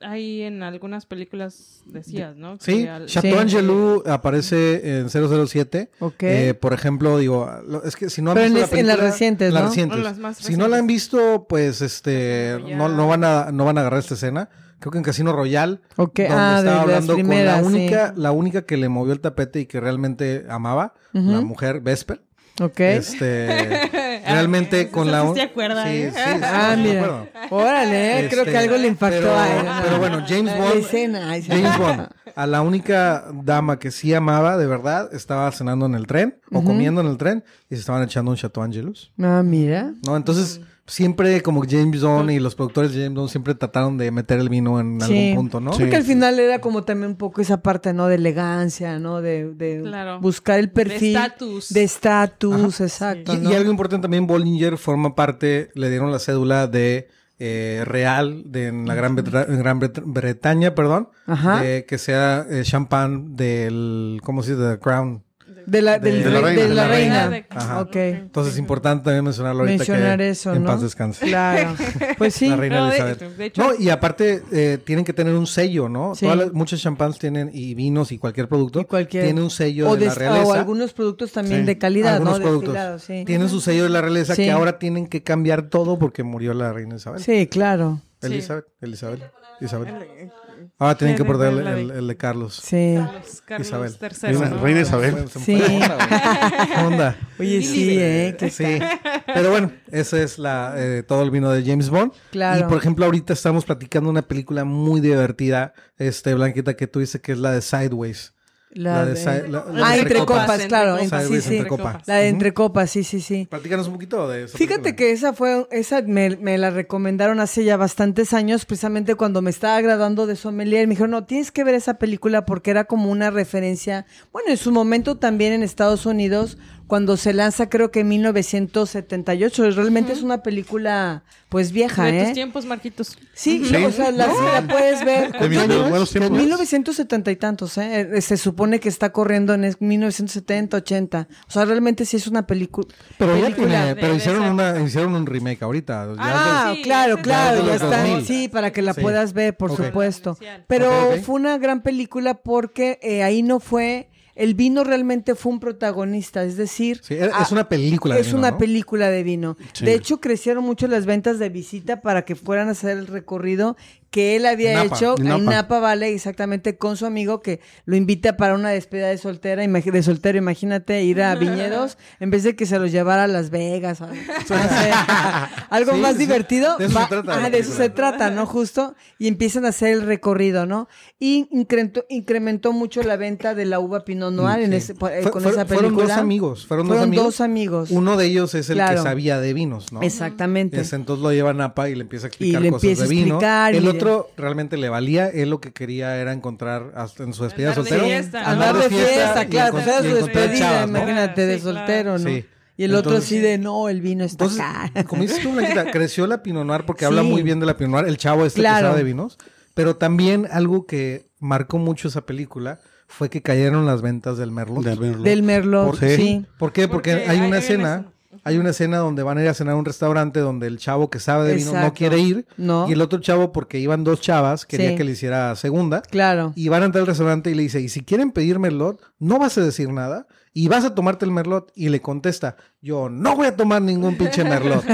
B: ahí en algunas películas decías, ¿no?
A: Sí,
B: Que al-
A: Chateau
D: Sí.
A: Angelou aparece en 007.
D: Ok.
A: Eh, por ejemplo, digo, lo- es que si no han
D: Pero en
A: visto la
D: es- en las
A: película-
D: recientes,
A: en las
D: ¿no?
A: recientes.
B: O las más
A: Si no la
B: recientes.
A: han visto, pues este
B: Casino
A: no,
B: Royale.
A: no van a no van a agarrar esta escena. Creo que en Casino Royal,
D: Ok, ah, de las primeras,
A: con la única
D: sí.
A: la única que le movió el tapete y que realmente amaba, la mujer Vesper.
D: Ok.
B: <laughs>
A: Este Realmente
B: Ah,
A: con la...
B: ¿Te acuerdas?
A: Sí, sí, sí, sí,
D: Ah,
A: sí, me
D: mira.
A: acuerdo.
D: Órale, eh, creo
A: Este,
D: que algo le impactó
A: pero-
D: a él.
A: pero bueno, James
D: La
A: Bond-
D: escena, ay, sí.
A: James Bond, a la única dama que sí amaba, de verdad, estaba cenando en el tren o comiendo en el tren y se estaban echando un Chateau Angelus.
D: Ah, mira.
A: ¿No? Entonces, siempre como James Bond y los productores de James Bond siempre trataron de meter el vino en algún punto, ¿no?
D: Porque al final era como también un poco esa parte, ¿no? De elegancia, ¿no? De, de
B: Claro.
D: buscar el perfil.
B: estatus.
D: De estatus, exacto.
A: Y,
D: ¿no?
A: y algo importante también, Bollinger forma parte, le dieron la cédula de eh, Real de en la Gran, Bretra- en Gran Bret- Bretaña, perdón,
D: Ajá.
A: de que sea eh, champán del, ¿cómo se dice? The Crown.
D: de, la, del
C: de la
D: rey-
C: reina.
D: de la reina.
A: Ajá.
D: Ok.
A: Entonces, importante también mencionarlo ahorita
D: Mencionar
A: que
D: eso,
A: en
D: ¿no?
A: paz descanse.
D: Claro. Pues sí.
A: La reina
B: No, de-
A: Elizabeth.
B: de hecho-
A: no, y aparte eh, tienen que tener un sello, ¿no?
D: Sí.
A: Todas las- muchos champáns tienen, y vinos y cualquier producto,
D: Y cualquier-
A: tiene un sello
D: o
A: de, la
D: des-
A: realeza.
D: O algunos productos también de calidad,
A: Algunos
D: ¿no?
A: productos.
D: Destilados, sí.
A: Tienen su sello de la realeza
D: Sí.
A: que ahora tienen que cambiar todo porque murió la reina Isabel.
D: Sí, claro.
A: Elizabeth, Elizabeth, Isabel. Ahora tienen que perder el, el- el de Carlos.
D: Sí.
B: Los Carlos
A: Isabel.
B: III,
C: Reina,
B: ¿no?
C: Reina Isabel.
A: Se me
D: Sí.
A: fue la onda, güey. <laughs> ¿Qué onda?
D: Oye, sí, ¿eh? Que-
A: Sí. Pero bueno, ese es la, eh, todo el vino de James Bond.
D: Claro.
A: Y por ejemplo, ahorita estamos platicando una película muy divertida, este Blanquita, que tú dices que es la de Sideways.
D: La
A: La de
D: de-
A: Sa- la- la
D: ah,
A: de
D: entre
A: Entre
D: copas,
A: Copas,
D: claro.
B: Entre
D: en-
B: Copas.
D: sí,
A: Sideways
D: sí.
A: entre copas.
D: La de entre copas, sí, sí, sí.
A: Platícanos un poquito de eso.
D: Fíjate que esa fue, esa me, me la recomendaron hace ya bastantes años, precisamente cuando me estaba agradando de sommelier, me dijeron, no, tienes que ver esa película porque era como una referencia, bueno, en su momento también en Estados Unidos, cuando se lanza creo que en 1978, realmente es una película pues vieja,
B: De tus
D: ¿eh?
B: tiempos, Marquitos.
D: Sí,
C: Sí.
D: no, o sea, la, la puedes ver.
C: De mis
D: Yo-
C: buenos
A: pues.
D: que en
C: tiempos.
D: 1970 y tantos, ¿eh? Eh, Se supone que está corriendo en es- 1970, 80. O sea, realmente sí es una película.
A: Pero, ya
B: película
A: tiene-
B: de-
A: pero
B: de
A: hicieron,
B: esa-
A: una, hicieron un remake ahorita. Ya
D: Ah,
B: sí,
D: claro,
B: ese
A: es
D: claro,
A: de
D: ya
A: los
D: está.
A: 2000.
D: Sí, para que la
A: Sí.
D: puedas ver, por
A: Ok.
D: supuesto.
B: Inicial.
D: Pero
A: Ok, ok.
D: fue una gran película porque eh, ahí no fue. El vino realmente fue un protagonista, es decir.
A: Sí, era-
D: ah,
A: es una película de
D: Es
A: vino,
D: una
A: ¿no?
D: película de vino.
C: Sí.
D: De hecho, crecieron mucho las ventas de visita para que fueran a hacer el recorrido que él había
A: En Napa,
D: hecho
C: en
D: en
C: Napa.
D: Napa Vale, exactamente con su amigo que lo invita para una despedida de soltera, imag- de soltero, imagínate, ir a viñedos en vez de que se los llevara a Las
A: <laughs>
D: Vegas. o- no sé, algo
A: Sí,
D: más
A: sí,
D: divertido.
A: de eso se
D: va-
A: trata la
D: ah, de eso se
A: película.
D: trata, ¿no? Justo. Y empiezan a hacer el recorrido, ¿no? Y incrementó, incrementó mucho la venta de la uva Pinot Noir en
A: Mm, Sí.
D: ese- por- eh,
A: Fue-
D: con
A: fue-
D: esa película.
A: Fueron dos amigos. Fueron, dos,
D: Fueron
A: amigos.
D: dos amigos.
A: Uno de ellos es el
D: Claro.
A: que sabía de vinos, ¿no?
D: Exactamente.
A: Ese entonces lo lleva a Napa y le empieza a explicar
D: le
A: cosas
D: empieza a
A: de vino.
D: explicar y
A: el
D: de-
A: otro realmente le valía. Él lo que quería era encontrar hasta en su despedida
B: Andar de
A: soltero.
B: fiesta, ¿no?
D: Andar de fiesta,
A: y
D: claro,
A: encon-
D: pues era
A: y
D: su
A: encontrar
D: despedida,
A: chavas, ¿no?
D: imagínate, de
B: Sí, claro.
D: soltero, ¿no?
A: Sí.
D: Y el otro
A: Entonces-
D: sí de, no, el vino está
A: Entonces,
D: acá.
A: como dices tú,
D: <laughs>
A: Blanquita, creció la Pinot Noir porque habla
D: Sí.
A: muy bien de la Pinot Noir, el chavo este
D: Claro.
A: que sabe de vinos. Pero también algo que marcó mucho esa película fue que cayeron las ventas del Merlot.
C: Del Merlot.
D: Del Merlot,
C: Sí.
D: sí.
A: ¿Por qué? Porque,
B: Porque
A: hay
B: hay
A: una
B: una
A: escena,
B: escena.
A: hay una escena donde van a ir a cenar a un restaurante donde el chavo que sabe de vino no
D: Exacto.
A: quiere ir
D: No.
A: y el otro chavo porque iban dos chavas quería
D: Sí.
A: que le hiciera segunda
D: Claro.
A: y van a entrar al restaurante y le dice, "Y si quieren pedir merlot, no vas a decir nada y vas a tomarte el merlot." Y le contesta, "Yo no voy a tomar ningún pinche
D: <laughs>
A: merlot."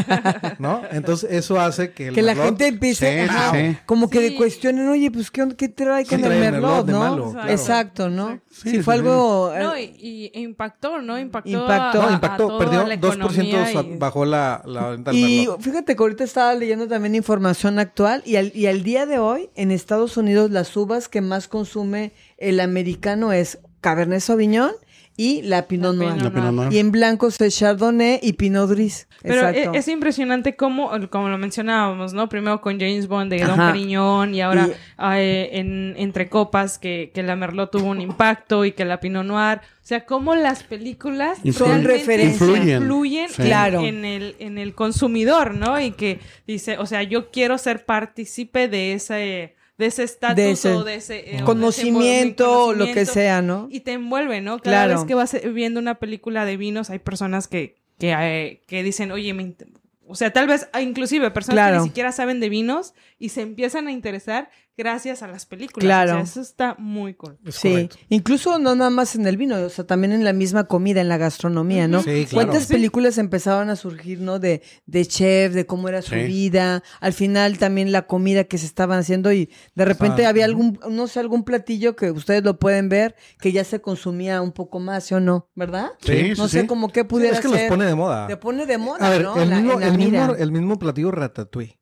A: ¿No? Entonces eso hace que el
D: que la
A: merlot-
D: gente empiece
C: Sí,
D: ajá,
C: sí, sí.
D: como que
B: Sí.
D: le cuestionen, oye, pues ¿qué, on- qué trae
A: ¿Qué
D: con el
A: trae el
D: Merlot,
A: Merlot de
D: no?
A: malo? Claro.
D: Exacto, ¿no?
C: Sí,
D: Sí, fue
C: sí,
D: algo... eh,
B: No, y, y impactó, ¿no? Impactó.
D: Impactó.
B: a-
A: no,
B: a
A: impactó,
B: toda
A: perdió
B: la
A: 2%
B: economía y-
A: bajó la, la venta del
D: Y
A: merlot.
D: fíjate que ahorita estaba leyendo también información actual y al, y al día de hoy en Estados Unidos las uvas que más consume el americano es Cabernet Sauvignon y la Pinot
B: La
D: Noir.
B: Pinot
C: Noir. La Pinot Noir.
D: Y en blancos es Chardonnay y Pinot Gris.
B: Pero e-
D: Exacto.
B: es impresionante cómo, como lo mencionábamos, ¿no? Primero con James Bond de Don
D: Ajá.
B: Periñón y ahora
D: Y-
B: ah, eh, en Entre Copas que, que la Merlot tuvo un impacto y que la Pinot Noir. O sea, cómo las películas
C: Influ-
B: realmente
D: Referencia.
B: influyen,
C: Sí.
B: en,
D: Claro.
B: en el, en el consumidor, ¿no? Y que dice, o sea, yo quiero ser partícipe de ese de ese
D: De
B: estatus
D: ese
B: o de ese eh, o
D: conocimiento,
B: de ese
D: lo que sea, ¿no?
B: y te envuelve, ¿no? Cada
D: Claro.
B: vez que vas eh, viendo una película de vinos, hay personas que, que, eh, que dicen, oye, me int-". o sea, tal vez ah, inclusive personas
D: Claro.
B: que ni siquiera saben de vinos y se empiezan a interesar, que gracias a las películas.
D: Claro.
B: O sea, eso está muy cool.
A: Es
D: sí,
A: correcto.
D: incluso no nada más en el vino, o sea, también en la misma comida, en la gastronomía, ¿no?
A: Sí, claro.
D: ¿Cuántas
A: Sí.
D: películas empezaron a surgir, ¿no? De, de chef, de cómo era su
C: Sí.
D: vida, al final también la comida que se estaban haciendo y de repente
A: Ajá.
D: había algún, no sé, algún platillo que ustedes lo pueden ver, que ya se consumía un poco más, ¿sí o no? ¿Verdad?
C: Sí,
D: no
C: sí,
D: sé
C: sí.
D: cómo que pudiera
A: es que
D: ser.
A: los pone de moda.
D: Te pone de moda,
A: A ver,
D: ¿no?
A: el,
D: En la-
A: mismo,
D: en la
A: el,
D: mira.
A: mismo, el mismo platillo ratatouille.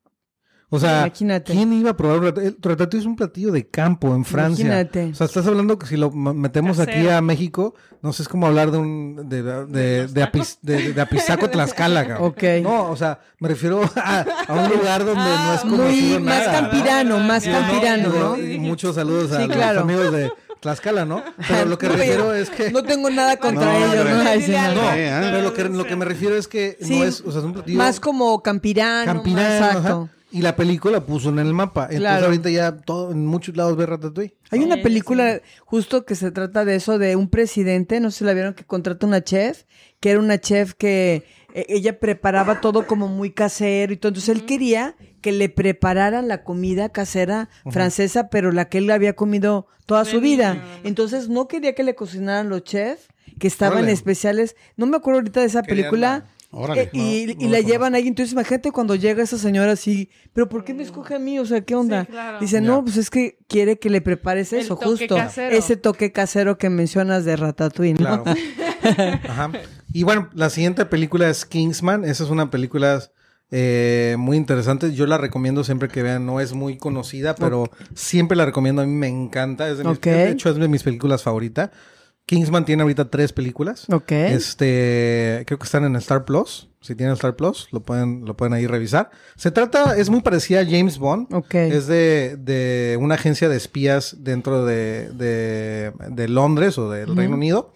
A: O sea,
D: Imagínate.
A: ¿quién iba a probar un ratatouille? El ratatouille es un platillo de campo en Francia.
D: Imagínate.
A: O sea, estás hablando que si lo ma- metemos aquí
B: Casero.
A: a México, no sé, es como hablar de un de, de, de, de apis- de- <laughs> de Apizaco a Tlaxcala, cabrón.
D: Ok.
A: No, o sea, me refiero a, a un lugar donde no es
B: Ah,
A: conocido
D: Muy, más
A: nada, ¿no?
D: campirano, más
A: Sí,
B: ¿no?
D: campirano,
A: Digo,
D: ¿no?
A: y Muchos saludos a
D: Sí, claro.
A: los amigos de Tlaxcala, ¿no? Pero lo
D: <laughs>
A: que refiero es que...
D: No tengo nada
A: <laughs>
D: contra
A: No,
D: ellos, ¿no?
A: hombre.
D: Ay, sí,
B: Dile
D: no.
B: algo.
A: No,
C: Sí, ¿eh?
A: pero lo que, lo que me refiero es que
D: Sí,
A: no es, o sea, es un platillo
D: más como campirano,
A: campirano,
D: más
A: ajá,
D: Ah, exacto.
A: y la película puso en el mapa. Entonces
D: Claro.
A: ahorita ya todo, en muchos lados ve Ratatouille.
D: Hay una
B: Sí,
D: película justo que se trata de eso, de un presidente, no sé si la vieron, que contrata una chef, que era una chef que eh, ella preparaba todo como muy casero y todo. Entonces él quería que le prepararan la comida casera francesa, pero la que él había comido toda
B: De
D: su vida.
B: niño.
D: Entonces no quería que le cocinaran los chefs que estaban
A: Órale.
D: especiales. No me acuerdo ahorita de esa
A: Querían
D: película.
C: la- Órale.
D: Eh, y
A: No, no
D: y
A: la
D: la
A: conozco.
D: llevan ahí. Entonces imagínate cuando llega esa señora así, pero ¿por qué me escoge a mí? O sea, ¿qué onda?
B: claro.
D: Dice, no, pues es que quiere que le prepares
B: El
D: eso,
B: toque
D: justo.
B: casero.
D: Ese toque casero que mencionas de Ratatouille, ¿no?
A: Claro.
D: <laughs>
A: Ajá. Y bueno, la siguiente película es Kingsman. Esa es una película eh, muy interesante. Yo la recomiendo siempre que vean. No es muy conocida, pero siempre la recomiendo. A mí me encanta. Es de, mis-
D: Ok.
A: de hecho, es de mis películas favoritas. Kingsman tiene ahorita tres películas.
D: Ok.
A: Este, creo que están en Star Plus. Si tienen Star Plus, lo pueden, lo pueden ahí revisar. Se trata, es muy parecida a James Bond.
D: Ok.
A: Es de, de una agencia de espías dentro de, de, de Londres o del Reino Unido.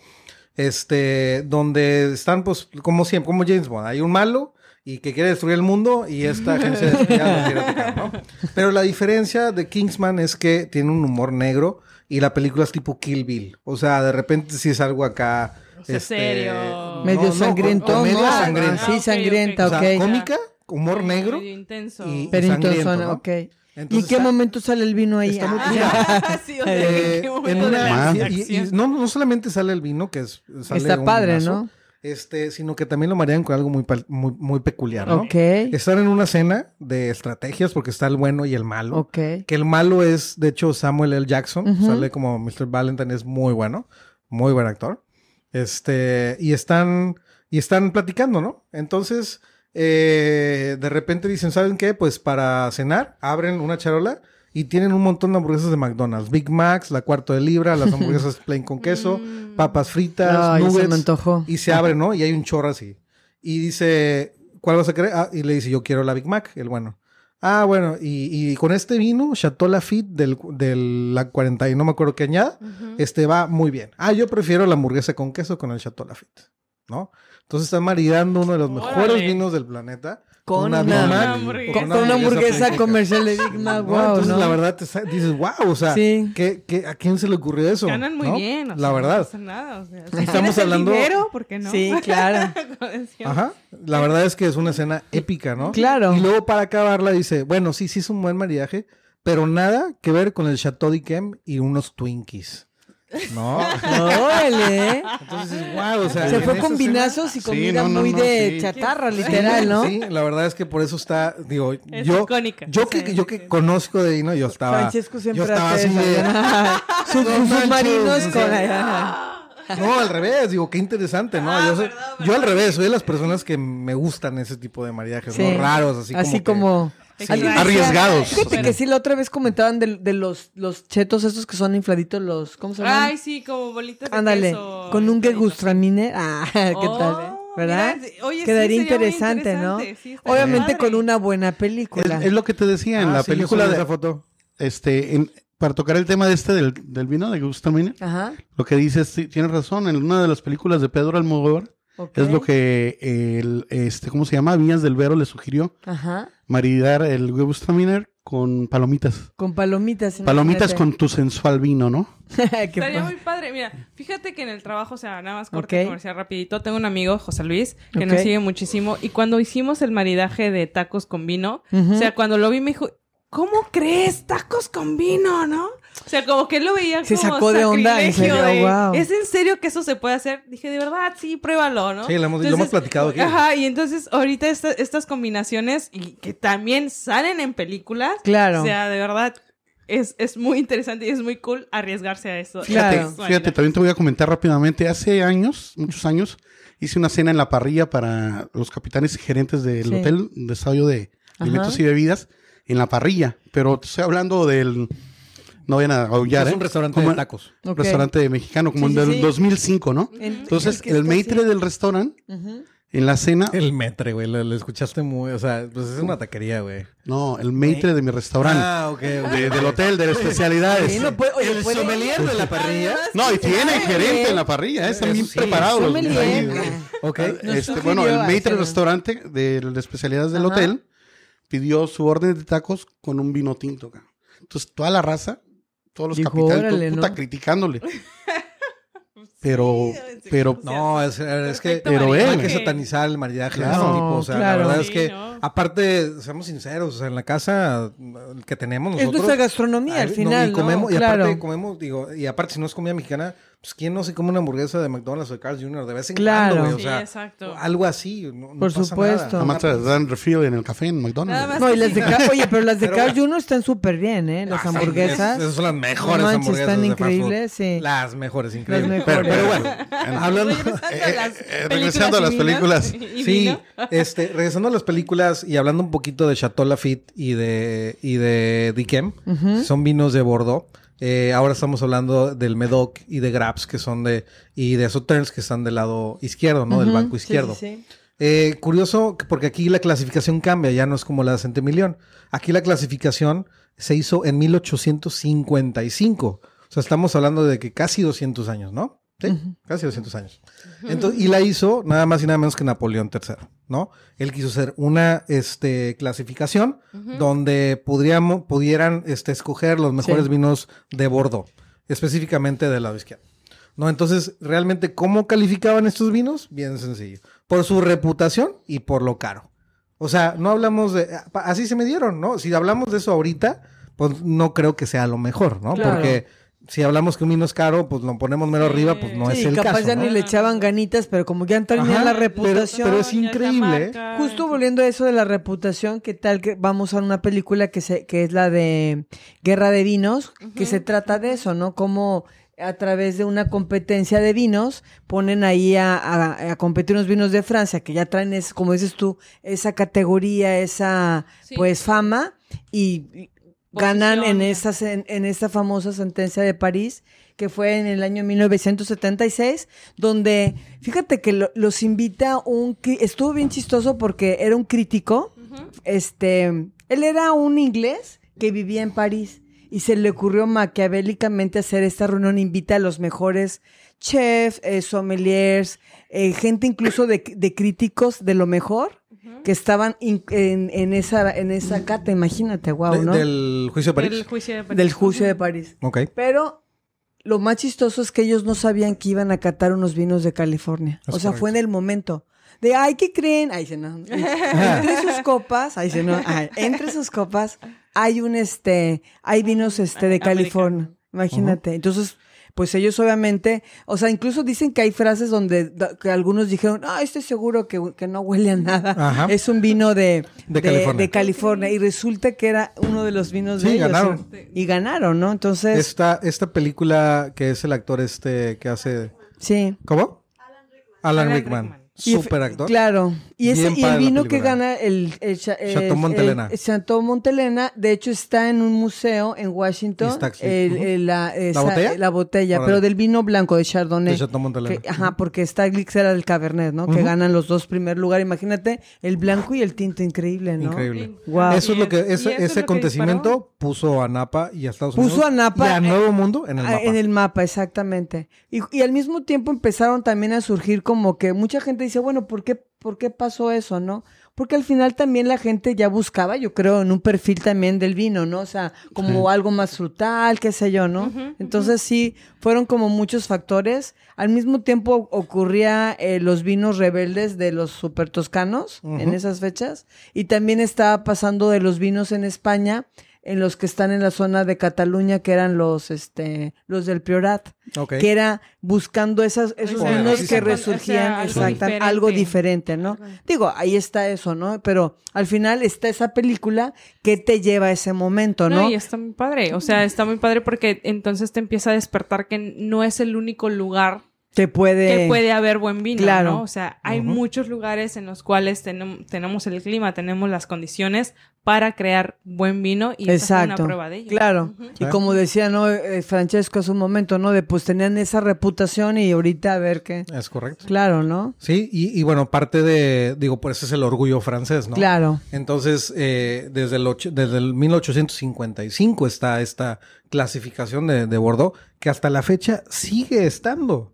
A: Este, donde están, pues, como siempre, como James Bond. Hay un malo y que quiere destruir el mundo y
D: <laughs>
A: esta agencia de espías lo quiere atacar, ¿no? Pero la diferencia de Kingsman es que tiene un humor negro y la película es tipo Kill Bill. O sea, de repente si es algo acá... este,
B: O sea, serio.
D: Medio
A: no, no,
D: sangriento,
A: comedia
D: ¿no? Ah,
A: sangrienta.
D: Sí,
B: Ah, ok,
D: sangrienta,
A: O
D: ok.
A: sea, cómica, humor
B: Medio
A: negro.
B: intenso.
A: y- <laughs>
D: Pero entonces,
A: sangriento, ¿no?
D: ok. ¿Y en
A: Entonces,
D: qué
A: está-
D: momento sale el vino ahí?
A: está muy-
D: Ah,
B: Ah, sí, o sea,
A: Eh,
B: <laughs> ¿en qué
A: en
B: momento de la
A: una-
C: Ah.
A: y- y- y
B: acción?
A: no, no solamente sale el vino, que es, sale
D: Está
A: un
D: padre,
A: vinazo,
D: ¿no?
A: Este, sino que también lo marean con algo muy, pal- muy, muy peculiar, ¿no?
D: ok,
A: Están en una cena de estrategias porque está el bueno y el malo.
D: ok.
A: Que el malo es, de hecho, Samuel L. Jackson.
D: Ujú.
A: Sale como Mr. Valentine, es muy bueno. Muy buen actor. Este, y están, y están platicando, ¿no? Entonces, eh, de repente dicen, ¿saben qué? Pues para cenar, abren una charola y tienen un montón de hamburguesas de McDonald's. Big Macs, la cuarto de libra,
D: <laughs>
A: las hamburguesas plain con queso, papas fritas,
D: Mm. Ay, se me
A: nuggets.
D: antojó.
A: Y se abre, ¿no? Y hay un chorro así. Y dice, ¿cuál vas a querer? Ah, y le dice, yo quiero la Big Mac, el bueno. Ah, bueno, y, y con este vino, Chateau Lafitte del, del la 40 y no me acuerdo qué añada, este va muy bien. Ah, yo prefiero la hamburguesa con queso con el Chateau Lafitte, ¿no? Entonces están maridando uno de los mejores
B: Órale.
A: vinos del planeta
D: Con
A: Big
D: una-
A: Mac,
B: Una hamburguesa.
D: Con, con una hamburguesa
A: con-
D: comercial de Big Mac,
A: ¿no?
D: wow,
A: Entonces,
D: ¿no?
A: la verdad, te sa- dices, wow, o sea,
D: Sí.
A: ¿qué- qué- a quién se le ocurrió eso?
B: Ganan muy
A: ¿no?
B: bien. o
A: la
B: sea, No
A: verdad.
B: pasa nada. O sea, si
A: Estamos
B: tienes el
A: hablando-
B: Dinero, ¿por qué no?
D: Sí,
B: <laughs>
D: claro.
B: Como decía.
A: Ajá. La verdad es que es una escena épica, ¿no?
D: Claro.
A: Y luego para acabarla dice, bueno, sí, sí es un buen maridaje, pero nada que ver con el Chateau d'Yquem y unos Twinkies.
D: <laughs>
A: ¿No?
D: Órale, ¿eh?
A: Entonces, wow, o sea,
D: Se
A: en
D: fue
A: esa
D: con
A: escena-
D: vinazos y
C: Sí,
D: comida
C: no, no,
D: muy
C: no,
D: de
C: sí.
D: chatarra,
B: Sí,
D: literal, ¿no?
A: Sí, la verdad es que por eso está, digo,
B: Es
A: yo,
B: icónica.
A: yo que,
B: Sí,
A: yo
B: sí, sí.
A: que conozco de vino, yo estaba,
D: Francesco siempre
A: yo estaba
D: hace
A: así
D: eso.
A: de,
D: <laughs> Sus
A: No manches,
D: submarinos
A: o
D: con...
A: No, al revés, digo, qué interesante, ¿no?
D: Ah,
A: yo, soy- yo al revés, soy de las personas que me gustan ese tipo de maridajes,
D: Sí.
A: ¿no? Raros, así,
D: Así
A: como... que-
D: como...
B: como-
A: sí,
B: Alguien-
C: arriesgados.
D: Fíjate que sí, la otra vez comentaban de, de los, los chetos esos que son infladitos, los... ¿Cómo se llaman?
B: Ay, sí, como bolitas de
D: Ándale,
B: queso.
D: con un
B: Fritos.
D: gegustramine. Ah, <laughs> ¿qué tal?
B: Oh,
D: ¿Verdad?
B: mira, oye, sí,
D: Quedaría
B: sería muy
D: interesante, ¿no?
B: interesante, sí, estaría
D: Obviamente
B: padre.
D: con una buena
C: Es,
D: película.
C: es lo que te decía en
A: Ah,
C: la
A: sí, yo
C: película
A: subí
C: de
A: esa foto.
C: este en- para tocar el tema de este del, del vino de Gustamine,
D: Ajá.
C: lo que dices sí, tienes razón, en una de las películas de Pedro Almodóvar
D: ok.
C: es lo que el este ¿cómo se llama? Viñas del Vero le sugirió
D: Ajá.
C: maridar el Gustaminer con palomitas.
D: Con palomitas.
C: Palomitas
D: imagínate.
C: con tu sensual vino, ¿no?
D: <laughs> Qué
B: Estaría
D: pa-
B: muy padre. Mira, fíjate que en el trabajo, o sea, nada más corte
D: Ok.
B: comercial rapidito. Tengo un amigo, José Luis, que nos
D: Ok.
B: sigue muchísimo. Y cuando hicimos el maridaje de tacos con vino,
D: Ujú.
B: o sea, cuando lo vi me dijo, ¿Cómo crees? Tacos con vino, ¿no? O sea, como que él lo veía
D: Se
B: como
D: sacó de onda, en
B: sacrilegio
D: serio,
B: de,
D: guau.
B: ¿Es en serio que eso se puede hacer? Dije, de verdad, sí, pruébalo, ¿no?
A: Sí, lo hemos- lo hemos platicado aquí.
B: Ajá, y entonces ahorita esta- estas combinaciones y que también salen en películas.
D: Claro.
B: O sea, de verdad, es, es muy interesante y es muy cool arriesgarse a eso.
D: Claro.
B: Esa
C: Fíjate, fíjate,
B: sexualidad.
C: también te voy a comentar rápidamente. Hace años, muchos años, hice una cena en la parrilla para los capitanes y gerentes del
D: Sí.
C: hotel de estadio de
D: Ajá.
C: alimentos y bebidas en la parrilla. Pero te estoy hablando del. No vayan a aullar.
A: es
C: ¿eh?
A: un restaurante
C: Como
A: de
C: en-
A: tacos.
D: Ok.
C: Restaurante mexicano, como
D: Sí,
C: en el
D: sí, sí.
C: 2005, ¿no?
D: En-
C: Entonces,
D: que
C: el
D: está
C: maitre
D: así.
C: del restaurante,
D: Ujú.
C: en la cena.
A: El metre, güey, lo, lo escuchaste muy, o sea, pues es una taquería, güey.
C: No, el maitre de mi restaurante.
A: Ah, ok.
C: de- del hotel, de las especialidades.
D: Sí, no pues, puede- oye,
A: el
D: puede-
A: sommelier de la parrilla.
C: No, y tiene gerente
D: bien.
C: en la parrilla, ¿eh? están
A: Eso
C: bien
A: sí.
C: preparados. los-
D: Sommelier. Ah.
C: ahí-
A: Ok.
D: Nos
C: Este,
D: sugirió
C: bueno, el
D: a
C: maitre
D: hacer-
C: restaurante de, de especialidades del
D: Ajá.
C: hotel pidió su orden de tacos con un vino tinto. cabrón. Entonces, toda la raza, todos los
D: Dijo,
C: capitales, todo
D: "Órale,
C: puta,
D: ¿no?"
C: criticándole. Pero,
B: sí,
C: pero,
B: sí.
A: No, es, es que
B: Perfecto
C: Pero
A: no hay
C: él.
A: que satanizar el maridaje de ese
C: Claro.
A: tipo. O sea,
D: Claro.
A: la verdad
B: Sí,
A: es que,
B: no.
A: aparte, seamos sinceros, o sea, en la casa mm, que tenemos
D: Es
A: nosotros.
D: nuestra gastronomía al
A: Ay, no,
D: final,
A: y
D: ¿no?
A: comemos, y
D: claro.
A: aparte comemos, digo, y aparte si no es comida mexicana, pues quién no se come una hamburguesa de McDonald's o de Carl's Jr. de vez en
D: Claro.
A: cuando, güey, o
B: Sí,
A: sea,
B: exacto.
A: algo así, no, no
D: Por
A: pasa
D: supuesto.
A: nada.
C: nada más te dan refill en el café en McDonald's.
B: Nada más
D: No, y las de Ca- oye, pero las de
A: Pero
D: Carl Jr. están súper bien, ¿eh? Las
A: Ah, sí,
D: hamburguesas.
A: es- Esas son las mejores
D: No manches,
A: hamburguesas.
D: están
A: de fast food.
D: increíbles, sí.
A: Las mejores, increíbles.
D: mejores.
A: Pero, pero bueno,
B: <laughs>
A: hablando. <laughs>
B: Regresando a las
C: eh, <laughs> eh, regresando a las
B: películas y <laughs>
C: películas.
B: vinos y
A: Sí,
B: vino.
A: este, regresando a las películas y hablando un poquito de Chateau Lafitte y de, y de Dickem, son vinos de Bordeaux. Eh, ahora estamos hablando del Medoc y de Graps, que son de, y de Sauternes, que están del lado izquierdo, ¿no? Del banco izquierdo.
D: Sí, sí, sí.
A: Eh, curioso, que- porque aquí la clasificación cambia, ya no es como la de Centimillón. Aquí la clasificación se hizo en 1855. O sea, estamos hablando de que casi 200 años, ¿no? Sí, casi 200 años. Entonces, y la hizo nada más y nada menos que Napoleón III, ¿no? Él quiso hacer una este, clasificación donde podríamos, pudieran este, escoger los mejores
D: Sí.
A: vinos de Bordeaux, específicamente del lado izquierdo. ¿no? Entonces, realmente, ¿cómo calificaban estos vinos? Bien sencillo. Por su reputación y por lo caro. O sea, no hablamos de... ah, pa- Así se me dieron, ¿no? Si hablamos de eso ahorita, pues no creo que sea lo mejor, ¿no?
D: Claro.
A: Porque si hablamos que un vino es caro, pues lo ponemos mero arriba, pues no
D: Sí,
A: es el
D: capaz
A: caso.
D: ya
A: ¿no?
D: ni le echaban ganitas, pero como ya han terminado
A: Ajá,
D: la
A: pero-
D: reputación.
A: pero es
B: Ya la
A: increíble, ¿eh?
B: marca.
D: Justo volviendo a eso de la reputación, ¿qué tal que vamos a una película que se, que es la de Guerra de Vinos, que se trata de eso, ¿no? Como a través de una competencia de vinos ponen ahí a, a- a competir unos vinos de Francia que ya traen, es, como dices tú, esa categoría, esa
B: Sí.
D: pues fama y y ganan en
B: Posición.
D: esta, en, en esta famosa sentencia de París que fue en el año 1976, donde fíjate que lo- los invita un... cri- Estuvo bien chistoso porque era un crítico, este, él era un inglés que vivía en París y se le ocurrió maquiavélicamente hacer esta reunión, invita a los mejores chefs, eh, sommeliers, eh, gente incluso de, de críticos de lo mejor que estaban in- en, en esa en esa cata, imagínate, wow,
A: De-
D: ¿no? Del,
A: Del juicio de París.
B: Del juicio de París.
D: juicio de París.
A: Ok.
D: Pero lo más chistoso es que ellos no sabían que iban a catar unos vinos de California.
A: Es
D: o sea, fue
A: correcto.
D: en el momento. De, ay, ¿qué creen? Ay, se no. Entre sus copas,
A: <laughs>
D: ay, se no. ay, entre sus copas hay un, este, hay vinos, este, de
B: Americano.
D: California. Imagínate. Entonces, pues ellos obviamente, o sea, incluso dicen que hay frases donde da- que algunos dijeron, ah, estoy seguro que, que no huele a nada.
A: Ajá.
D: Es un vino de,
A: De
D: de,
A: California.
D: de California. Y resulta que era uno de los vinos de
A: Sí,
D: ellos.
A: ganaron.
D: Y ganaron, ¿no? Entonces.
A: Esta, esta película que es el actor este que hace...
D: Sí.
A: ¿Cómo? Alan
B: Alan
A: Rickman.
B: Rickman.
D: Y
A: Super actor.
D: Claro. Y, ese,
A: Bien
D: y
A: padre la
D: el vino que
A: película.
D: gana el, el, cha- el-
A: Chateau Montelena.
D: el Chateau Montelena, de hecho, está en un museo en Washington.
A: Y está aquí.
D: el-
A: Ujú.
D: el- la, esa-
A: botella?
D: la botella,
A: Órale.
D: pero del vino blanco de Chardonnay.
A: De Chateau Montelena.
D: Que- ajá, porque está Glix era del Cabernet, ¿no? Que ganan los dos primer lugar. Imagínate, el blanco y el tinto, increíble, ¿no?
A: Increíble.
D: Wow.
A: Eso es lo que,
B: Y eso
A: ese,
B: es lo
A: ese
B: que
A: acontecimiento puso a Napa y a Estados
D: Puso
A: Unidos.
D: a Napa
A: Y a
D: en-
A: Nuevo Mundo en el
D: Ah,
A: mapa.
D: En el mapa, exactamente. Y, y al mismo tiempo empezaron también a surgir como que mucha gente dice, bueno, ¿por qué, ¿por qué pasó eso, no? Porque al final también la gente ya buscaba, yo creo, en un perfil también del vino, ¿no? O sea, como algo más frutal, qué sé yo, ¿no? Entonces sí, fueron como muchos factores. Al mismo tiempo ocurría eh, los vinos rebeldes de los super toscanos en esas fechas. Y también estaba pasando de los vinos en España en los que están en la zona de Cataluña, que eran los, este, los del Priorat,
A: Ok.
D: que era buscando esas, esos
A: O sea,
D: niños
A: sí,
D: que
A: sí.
D: resurgían,
B: O sea, algo
D: exacta-
B: diferente.
D: algo diferente, ¿no? Digo, ahí está eso, ¿no? Pero al final está esa película que te lleva a ese momento, ¿no?
B: y está muy padre. O sea, está muy padre porque entonces te empieza a despertar que no es el único lugar
D: Te puede...
B: que puede haber buen vino,
D: claro.
B: ¿no? O sea, hay muchos lugares en los cuales tenem- tenemos el clima, tenemos las condiciones para crear buen vino y esta fue
D: Exacto.
B: una prueba de ello.
D: Claro. Y
A: Claro.
D: como decía, ¿no? Eh, Francesco hace un momento, ¿no? De pues tenían esa reputación y ahorita a ver qué.
A: Es correcto.
D: Claro, ¿no?
A: Sí, y, y bueno, parte de, digo, por eso es el orgullo francés, ¿no?
D: Claro.
A: Entonces, eh, desde, el och- desde el 1855 está esta clasificación de, de Bordeaux, que hasta la fecha sigue estando. O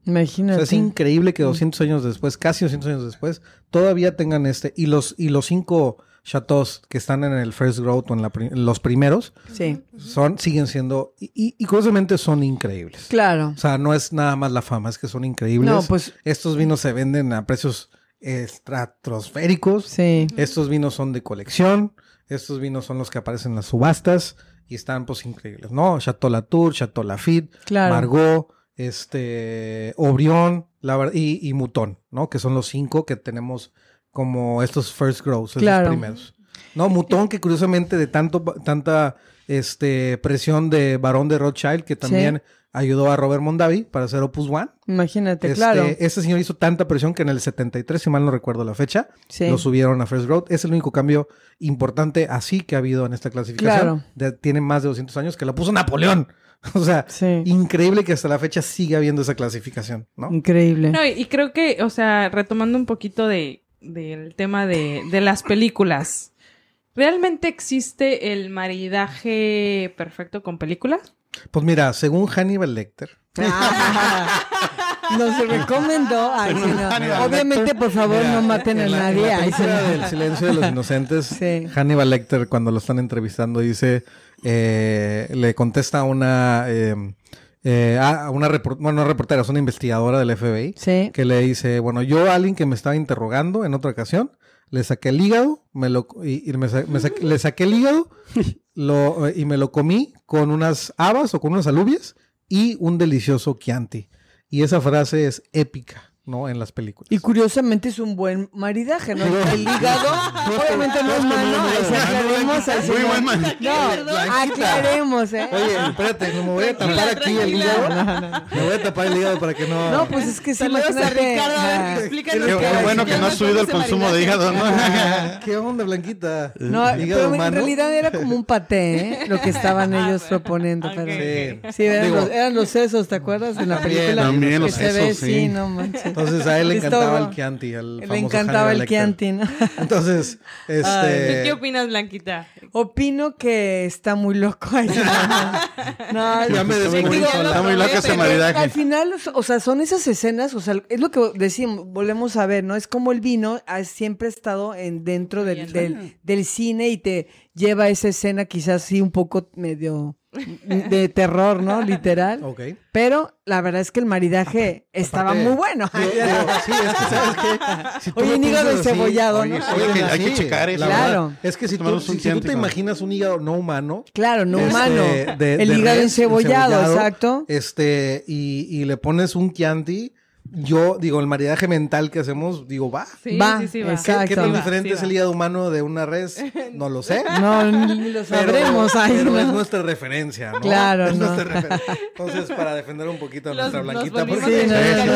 A: sea,
D: Imagínate.
A: es increíble que 200 años después, casi 200 años después, todavía tengan este. Y los, y los cinco chateaux que están en el First Growth o en la pri- los primeros,
D: Sí.
A: son, siguen siendo, y, y, y curiosamente son increíbles.
D: Claro.
A: O sea, no es nada más la fama, es que son increíbles.
D: No, pues-
A: Estos vinos se venden a precios estratosféricos.
D: Sí.
A: Estos vinos son de colección. Estos vinos son los que aparecen en las subastas y están pues increíbles, ¿no? Chateau Latour, Chateau Lafitte,
D: Claro.
A: Margot, este, Obrión la ver- y, y Mutón, ¿no? Que son los cinco que tenemos como estos first grows, estos
D: Claro.
A: primeros. No, Mutón que curiosamente de tanto, tanta este, presión de Barón de Rothschild que también ayudó a Robert Mondavi para hacer Opus One.
D: Imagínate,
A: Este,
D: claro.
A: este señor hizo tanta presión que en el 73, si mal no recuerdo la fecha,
D: Sí.
A: lo subieron a First Growth. Es el único cambio importante así que ha habido en esta clasificación.
D: Claro.
A: De- tiene más de 200 años que la puso Napoleón. <laughs> O sea,
D: Sí.
A: increíble que hasta la fecha siga habiendo esa clasificación, ¿no?
D: Mm. Increíble.
B: No, y, y creo que, o sea, retomando un poquito de, del tema de, de las películas, ¿realmente existe el maridaje perfecto con películas?
A: Pues mira, según Hannibal Lecter,
D: <laughs> Nos
A: <laughs>
D: recomendó. Ay, sí, no.
C: Hannibal
D: Obviamente, por favor, no maten a
A: en la, en
D: nadie.
A: la
D: Ay, sí,
A: película
D: no.
A: del silencio de los inocentes,
D: <laughs> Sí.
A: Hannibal Lecter cuando lo están entrevistando dice, eh, le contesta a una, eh, eh, a una, repor- bueno, no reportera, es una investigadora del FBI.
D: Sí.
A: que le dice, bueno, yo a alguien que me estaba interrogando en otra ocasión, le saqué el hígado, me lo, y, y me sa- me saqué- le saqué el
D: <laughs>
A: hígado lo, eh, y me lo comí con unas habas o con unas alubias y un delicioso Chianti. Y esa frase es épica, ¿no? En las películas.
D: Y curiosamente es un buen
A: <laughs>
D: maridaje, ¿no? El hígado, obviamente no es malo. Pues, Ahí sí aclaremos, ahí sí
C: Muy
D: no-
C: buen man-
D: No, aclaremos, ¿eh?
A: Oye, espérate, no me
D: <laughs>
A: voy a tapar aquí el hígado. Me voy a tapar el hígado para que no... <laughs>
D: No, pues es que sí,
E: Saludos a
D: imagínate.
E: Ricardo, a
D: Ah.
E: ver, explícanos
A: Qué
E: es.
A: bueno
E: Yo
A: que no
E: me
A: ha
E: acuerdo ese maridaje.
D: <laughs>
C: <laughs>
A: Ah, ¿Qué onda, Blanquita?
D: No,
A: ¿Hígado
D: pero en
A: humano?
D: realidad era como un paté, ¿eh? Lo que estaban ellos proponiendo. pero-
A: Sí.
D: Sí, eran,
A: Digo,
D: los, eh, eran los sesos, ¿te acuerdas? En la película.
C: también
D: que
C: los
D: se ve,
C: sesos, sí.
D: no manches.
A: Entonces a
D: <laughs>
A: él le encantaba
D: Cristóbal.
A: el Chianti. al famoso
D: Le encantaba
A: Hannibal
D: el
A: Lecter. <laughs>
D: Chianti, ¿no?
A: Entonces,
B: ¿Tú
A: este.
B: qué opinas, Blanquita?
D: Opino que está muy loco.
A: <laughs>
D: ahí. No,
A: Ya me
C: Está muy-
A: descubrí sola.
C: Está muy loco ese
D: Al
C: maridaje.
D: final, o sea, son esas escenas, o sea, es lo que decimos, volvemos a ver, ¿no? Es como el vino ha siempre estado en dentro del, del, del cine y te lleva a esa escena quizás sí un poco medio de
A: <laughs>
D: terror, ¿no? Literal.
A: Ok.
D: Pero la verdad es que el maridaje estaba
A: Aparte-
D: muy bueno.
A: Digo, digo, sí, es que sabes que. Si tú
D: Oye,
A: lo
D: un hígado
A: piensas así,
D: encebollado, ¿no?
C: Oye, que hay que checar eso.
A: la verdad,
D: Claro.
A: es que si tú,
C: Tomarnos
A: si
C: un
A: tú
C: Chianti,
A: te
C: ¿no?
A: imaginas un hígado no humano.
D: Claro, no
A: este,
D: humano.
A: de-
D: el
A: de
D: hígado
A: res,
D: encebollado, exacto.
A: Este, y, y le pones un Chianti. Yo, digo, el maridaje mental que hacemos, digo, va.
B: Sí,
D: Va,
B: sí, sí, va.
A: ¿Qué,
D: exacto.
A: qué
B: Sí
A: tan
B: va,
A: diferente
B: sí
A: es
B: va.
A: el hígado humano de una
D: <laughs>
A: res? No lo sé.
D: No, ni lo
A: Pero-
D: sabremos. ay,
A: pero
D: no.
A: es nuestra referencia, ¿no?
D: Claro,
A: <laughs> Es
D: no.
A: nuestra referencia.
D: <laughs>
A: Entonces, para defender un poquito a
B: Los-
A: nuestra
B: los
A: blanquita,
B: volvimos
A: porque-
D: a Sí, no, defender.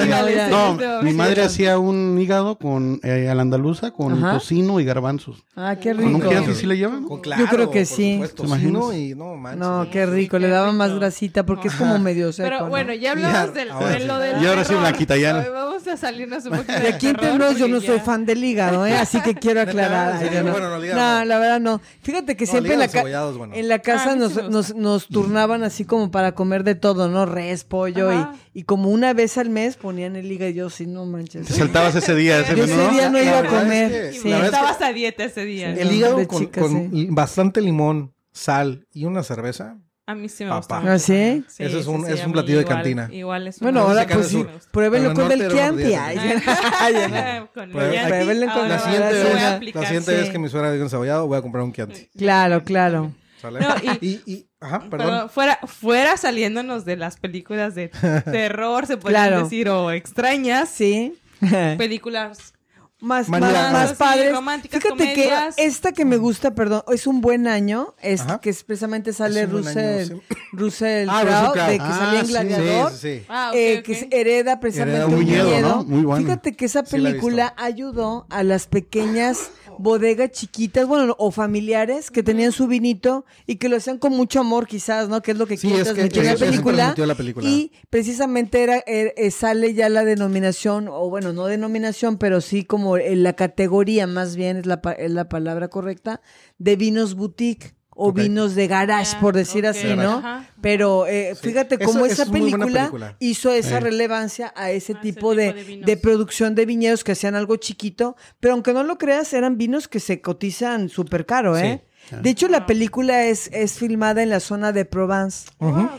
D: no, no, ya.
C: No, mi madre hacía un hígado con eh, a la andaluza con
D: Ajá.
C: tocino y garbanzos.
D: Ah, qué
C: ¿Con un
D: rico.
C: Chianti sí le llevan?
A: Con claro,
D: Yo creo
A: por
D: que sí.
A: supuesto, sí,
C: ¿Te imaginas?
A: ¿no? Y no, manches.
D: No, qué rico,
B: Sí,
D: le
B: qué
D: daba más
B: rico.
D: grasita porque es como medio seco.
B: Pero
D: ¿no?
B: bueno, ya hablamos
A: Ya,
B: del,
A: ahora
B: de
A: sí.
B: lo del
C: Y ahora sí,
B: terror.
C: Blanquita, ya.
B: Ay, Vamos a salirnos un poquito
D: Y aquí
B: del terror,
D: entre nos, yo no
B: porque
D: soy
B: ya-
D: fan del hígado, ¿eh? así que quiero aclarar.
A: Neta,
D: Ay,
A: sí,
D: yo no.
A: bueno, no, el hígado
D: No,
A: no.
D: la verdad no. Fíjate que
A: No,
D: siempre en la,
A: hígado
D: ca-
A: cebollado es bueno.
D: en la
B: Ah,
D: casa
B: a mí
D: nos,
B: sí me gusta.
D: nos, nos turnaban así como para comer de todo, ¿no? Res, pollo y,
B: Ajá.
D: y como una vez al mes ponían el hígado y yo, sí, no manches.
C: Te saltabas ese día, ese
D: Yo
C: menú.
D: ese día no
A: La
D: iba a
A: verdad es
D: comer.
A: que-
D: sí.
A: la verdad
B: Estabas a dieta ese día.
D: Sí.
A: El hígado
D: de
A: con,
D: chica,
A: con
D: sí.
A: li- bastante limón, sal y una cerveza.
B: A mí sí me
A: Papá.
B: gusta.
A: ¿Ah,
B: mucho.
D: sí?
A: Eso es un- es
B: a
A: un
B: mí
A: platillo de
B: igual-
A: cantina.
B: Igual es un
D: Bueno,
A: Entonces,
D: ahora
A: acá
D: pues
A: en el
D: sí,
A: sur.
D: pruébenlo
A: Pero
D: con
A: en el
D: el
A: norte era
D: Chianti.
A: una
D: ay,
A: mordida,
B: <laughs>
D: ay, ay.
B: Con
A: Pero
B: ya-
A: aquí-
D: Pruébelen con
B: ahora
A: la
D: la
B: sí
A: siguiente
D: verdad,
B: voy a
A: vez,
B: aplicar,
A: la siguiente
B: sí.
A: vez que mi suegra diga un cebollado, voy a comprar un Chianti.
D: Claro, claro.
A: ¿sale?
B: No,
A: y, y- ajá,
B: Pero
A: perdón.
B: fuera, fuera saliéndonos de las películas de terror, se puede
D: Claro.
B: decir, o extrañas,
D: Sí.
B: películas.
D: más,
A: Maníaco.
D: más, más
A: Sí,
D: padres.
B: Pues, románticas,
D: Fíjate
B: comedias.
D: que esta que me gusta, perdón, es un buen año, es
A: Mm. Ajá.
D: que es precisamente sale
A: Es un buen año,
D: Russell, Russell
A: Ah, Russell
D: Crowe,
A: Crowe.
D: de que
C: Ah,
D: salía en
C: sí,
D: Gladiador.
A: Sí, sí, sí.
B: Ah, ok,
D: eh,
B: ok.
D: que se- hereda precisamente
A: Hereda
D: un
A: un
D: miedo,
A: miedo,
C: ¿no? Muy bueno.
D: Fíjate que esa
A: Sí la he
D: película ayudó a las pequeñas bodegas chiquitas, bueno, o familiares que tenían su vinito y que lo hacían con mucho amor, quizás, ¿no? Que es lo que
A: Sí,
D: quiere
A: es que
D: transmitir la
A: eso- eso
D: película.
A: transmitió la película.
D: Y precisamente era er- eh, sale ya la denominación, o bueno, no denominación, pero sí como eh, la categoría, más bien es la, pa- es la palabra correcta, de vinos boutique. O
A: Ok.
D: vinos de garage,
B: Ah,
D: por decir
B: ok.
D: así, ¿no?
B: Ajá.
D: Pero eh,
A: Sí.
D: fíjate
A: Eso
D: cómo
A: es
D: esa
A: muy buena
D: película,
A: película.
D: hizo esa
C: Eh.
D: relevancia a Ah, ese
B: A ese
D: tipo,
B: tipo
D: de,
B: de vinos.
D: de producción de viñedos que hacían algo chiquito, pero aunque no lo creas, eran vinos que se cotizan súper caro,
A: Sí.
D: ¿eh? De hecho, la película es, es filmada en la zona de Provence.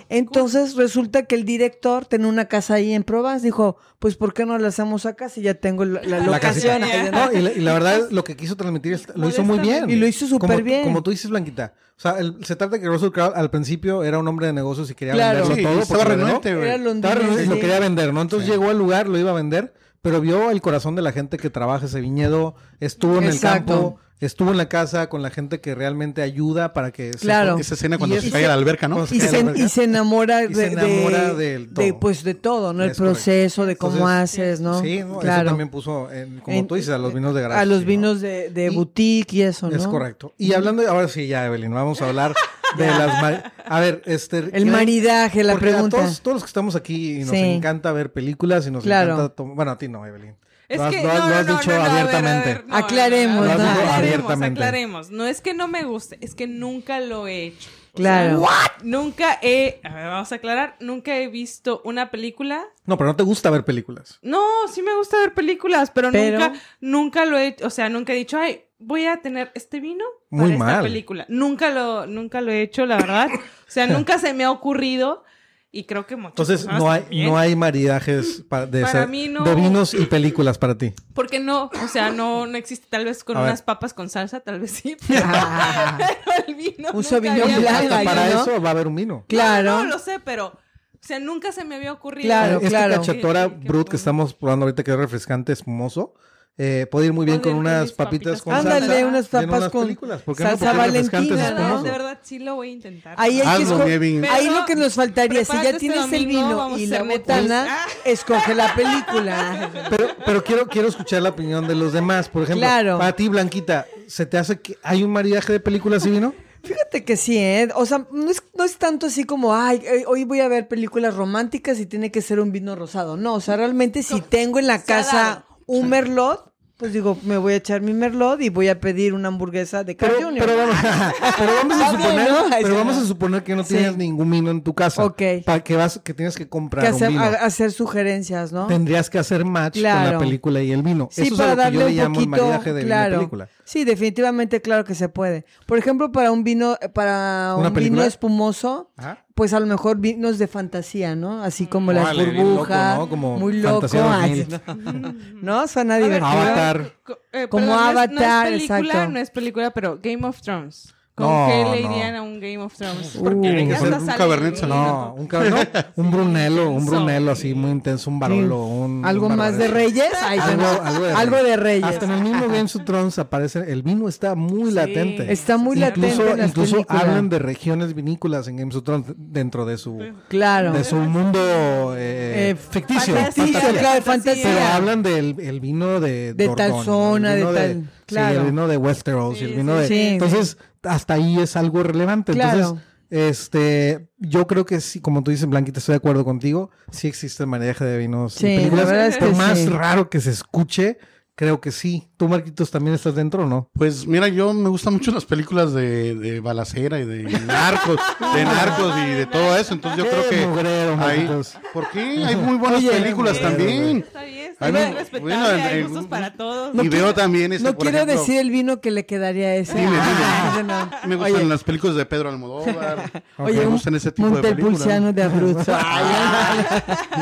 D: Entonces resulta que el director tenía una casa ahí en Provence. Dijo, pues ¿por qué no la hacemos acá si ya tengo la, la
A: La casita.
D: locación?
A: No, y, la, y la verdad, lo que quiso transmitir es- lo hizo muy bien.
D: Y lo hizo
A: Como-
D: superbién.
A: Como tú dices, Blanquita. O sea, el- se trata de que Russell Crowe al principio era un hombre de negocios y quería
D: Claro.
A: venderlo
C: Sí,
A: todo.
C: estaba
A: porque lo
C: renuente,
A: vendió.
C: güey.
D: Era
A: Estaba
D: londinense,
A: renuente y lo
D: sí.
A: quería vender, ¿no? Entonces llegó al lugar, lo iba a vender, pero vio el corazón de la gente que trabaja ese viñedo, estuvo en
D: Exacto.
A: el campo, estuvo en la casa con la gente que realmente ayuda para que se-
D: Claro.
C: Esa escena cuando
A: Y
C: se
A: es-
C: cae a la alberca, ¿no?
A: Cuando
D: Y
A: cae a
D: se,
A: la verga.
D: y se enamora,
A: Y se
D: de-
A: enamora
D: de,
A: del todo.
D: de, pues de todo, ¿no? El
A: Es correcto.
D: proceso, de cómo
A: Entonces,
D: haces, ¿no?
A: Sí, ¿no? eso también puso, en- como
D: En- eh,
A: tú dices, a los vinos de garaje.
D: A los
A: ¿no?
D: vinos de, de
A: Y-
D: boutique y eso, ¿no?
A: Es correcto. Y hablando, de- ahora sí, ya, Evelyn, vamos a
D: <laughs>
A: hablar de las... mari- A ver, este...
D: El maridaje, la
A: porque a
D: pregunta.
A: todos, todos los que estamos aquí y nos
D: Sí.
A: encanta ver películas y nos
D: Claro.
A: encanta... tom- Bueno, a ti no, Evelyn.
B: Es
A: lo has,
B: que
A: lo has-
B: no,
A: lo has
B: no, no,
A: dicho
B: no, no, a ver, a ver,
A: abiertamente.
B: no,
D: Aclaremos,
B: no, no, no,
D: ¿no?
B: aclaremos,
A: Abiertamente.
B: aclaremos. No es que no me guste, es que nunca lo he hecho.
D: Claro.
B: Nunca he, a ver, vamos a aclarar, nunca he visto una película.
A: No, pero no te gusta ver películas.
B: No, sí me gusta ver películas, pero,
D: Pero-
B: nunca, nunca lo he, o sea, nunca he dicho, ay, voy a tener este vino para
A: Muy
B: esta
A: mal.
B: película. Nunca lo, nunca lo he hecho, la verdad. O sea, nunca se me ha ocurrido y creo que muchas
A: Entonces,
B: personas
A: no hay,
B: también.
A: no hay maridajes pa- de,
B: Ah, Para
A: ser-
B: mí no.
A: de vinos y películas para
D: <laughs>
A: ti.
B: Porque no, o sea, no, no existe. Tal vez con
A: A ver.
B: unas papas con salsa, tal vez sí.
D: <laughs>
B: Pero,
D: Ah,
B: pero el vino.
D: Un
B: nunca
D: Sauvignon
B: había-
D: Blanc,
A: Hasta
D: ahí,
A: para
D: ¿no?
A: eso va a haber un vino.
D: claro.
B: No, lo sé, pero. O sea, nunca se me había ocurrido.
D: Claro,
A: este
D: claro.
A: cachetora
B: Qué- qué- qué
A: brut que
B: bueno.
A: estamos probando ahorita que es refrescante, espumoso. Eh, puede ir muy bien
B: Puede
A: con
B: ir con
A: unas
B: mis
A: papitas
B: papitas
A: con
B: con
A: salsa.
B: Ándale, salsa.
A: y
D: unas
A: en
D: papas
A: unas
D: con
A: películas. ¿Por qué no?
D: salsa
A: Porque el refrescante es
B: De
D: valentina,
B: verdad,
A: espumoso.
B: de verdad, sí lo voy a intentar.
D: Ahí hay que
C: Hazlo,
D: esco-
C: Nevin.
D: Ahí
B: Pero
D: lo que nos faltaría, si ya
B: prepárate
D: tienes
B: este
D: el
B: domingo,
D: vino
B: vamos
D: y
B: a
D: la
B: hacer
D: botana,
B: motes.
D: escoge
B: <laughs>
D: la película.
A: Pero, pero quiero, quiero escuchar la opinión de los demás. Por ejemplo,
D: Claro.
A: para ti, Blanquita, ¿se te hace que hay un maridaje de películas y
D: <laughs>
A: vino?
D: Fíjate que sí, ¿eh? O sea, no es, no es tanto así como, ay, eh, hoy voy a ver películas románticas y tiene que ser un vino rosado. No, o sea, realmente si tengo en la
B: se ha
D: casa
B: dado.
D: un merlot, pues digo, me voy a echar mi merlot y voy a pedir una hamburguesa de Carl
A: Pero,
D: Jr.
A: pero vamos, <laughs> pero vamos a
D: Está bien,
A: suponer,
D: ¿no? Ahí
A: pero
D: sí,
A: vamos
D: ¿no?
A: a suponer que no
D: Sí.
A: tienes ningún vino en tu casa.
D: Ok.
A: Para que vas, que tienes que comprar
D: que
A: un
D: hacer,
A: vino.
D: a- hacer sugerencias, ¿no?
A: Tendrías que hacer match con la
D: Claro.
A: película y el vino.
D: Sí,
A: Eso es a
D: para
A: lo que yo
D: darle
A: le
D: un
A: llamo el
D: poquito,
A: maridaje de vino y
D: claro.
A: película.
D: Sí, definitivamente, claro que se puede. Por ejemplo, para un vino, eh, para
A: ¿Una
D: un
A: película?
D: vino espumoso,
A: Ajá.
D: pues a lo mejor vinos de fantasía, ¿no?
C: Mm.
D: Así como las
A: Órale, bien
D: burbujas,
A: loco, ¿no? Como
D: muy loco,
A: Fantasía
D: así,
A: 2000. <laughs>
D: ¿no?
C: Mm.
D: ¿no? Suena divertido.
A: Avatar.
B: Co- eh,
D: Como
B: perdón, no es-
D: Avatar,
B: no es película,
D: exacto.
B: No es película, pero Game of Thrones. ¿Con
A: No,
B: qué le
A: no.
B: irían a un Game of Thrones?
A: Uh, tiene que
B: ya
A: ser
B: hasta
C: un
B: sale
C: Cabernet
B: el
C: Sauvignon.
A: No,
B: vino.
A: un
D: <laughs>
A: cabrón, un brunelo, un
B: intenso.
A: brunelo así muy intenso, un barolo, un
D: ¿Algo
A: un
D: más de
A: barbaresco.
D: reyes? Ay,
A: Algo,
D: suena-
A: algo de
D: algo de reyes.
A: Hasta en el
D: <laughs>
A: mismo Game of Thrones aparece, el vino está muy
B: Sí.
A: latente.
D: Está muy
A: incluso,
D: latente en las
A: Incluso
D: películas.
A: hablan de regiones vinícolas en Game of Thrones dentro de su,
D: Claro.
A: de su mundo eh,
D: Eh,
A: ficticio.
D: Fantasía,
A: fantasía.
D: claro, de fantasía.
A: Pero hablan del el vino de
D: De tal
A: Dordogne,
D: zona,
A: el
D: de
A: vino
D: tal-
A: sí,
D: claro.
A: el vino de Westeros, y el
B: Sí,
A: vino
B: sí,
A: de
D: sí.
A: entonces hasta ahí es algo relevante.
D: Claro.
A: Entonces, este, yo creo que sí, como tú dices, Blanquita, estoy de acuerdo contigo. Sí existe el manejo de vinos. y
D: Sí, la
A: películas.
D: verdad es que
A: Por más
D: sí.
A: raro que se escuche, creo que sí. Tú, Marquitos, también estás dentro, o ¿no?
C: Pues mira, yo me gustan mucho las películas de, de balacera y de narcos, de narcos y de todo eso. Entonces
A: Qué
C: yo creo que
A: mugrero,
C: ahí,
A: Marquitos.
C: ¿por qué? Hay muy buenas películas
A: mugrero,
C: también.
B: Está bien, está
C: A mí-
B: Hay que respetar,
C: bueno,
B: hay
C: en-
B: gustos para todos.
C: y veo también este,
D: No
C: por
D: quiero
C: ejemplo,
D: decir el vino que le quedaría a ese.
C: Dime, dime.
D: Ah, ese <laughs> no.
C: Me gustan
D: Oye,
C: las películas de Pedro Almodóvar.
D: Oye,
C: me
D: un-
C: gustan ese tipo de películas. Ah,
D: Montepulciano
A: <laughs>
D: de Abruzzo.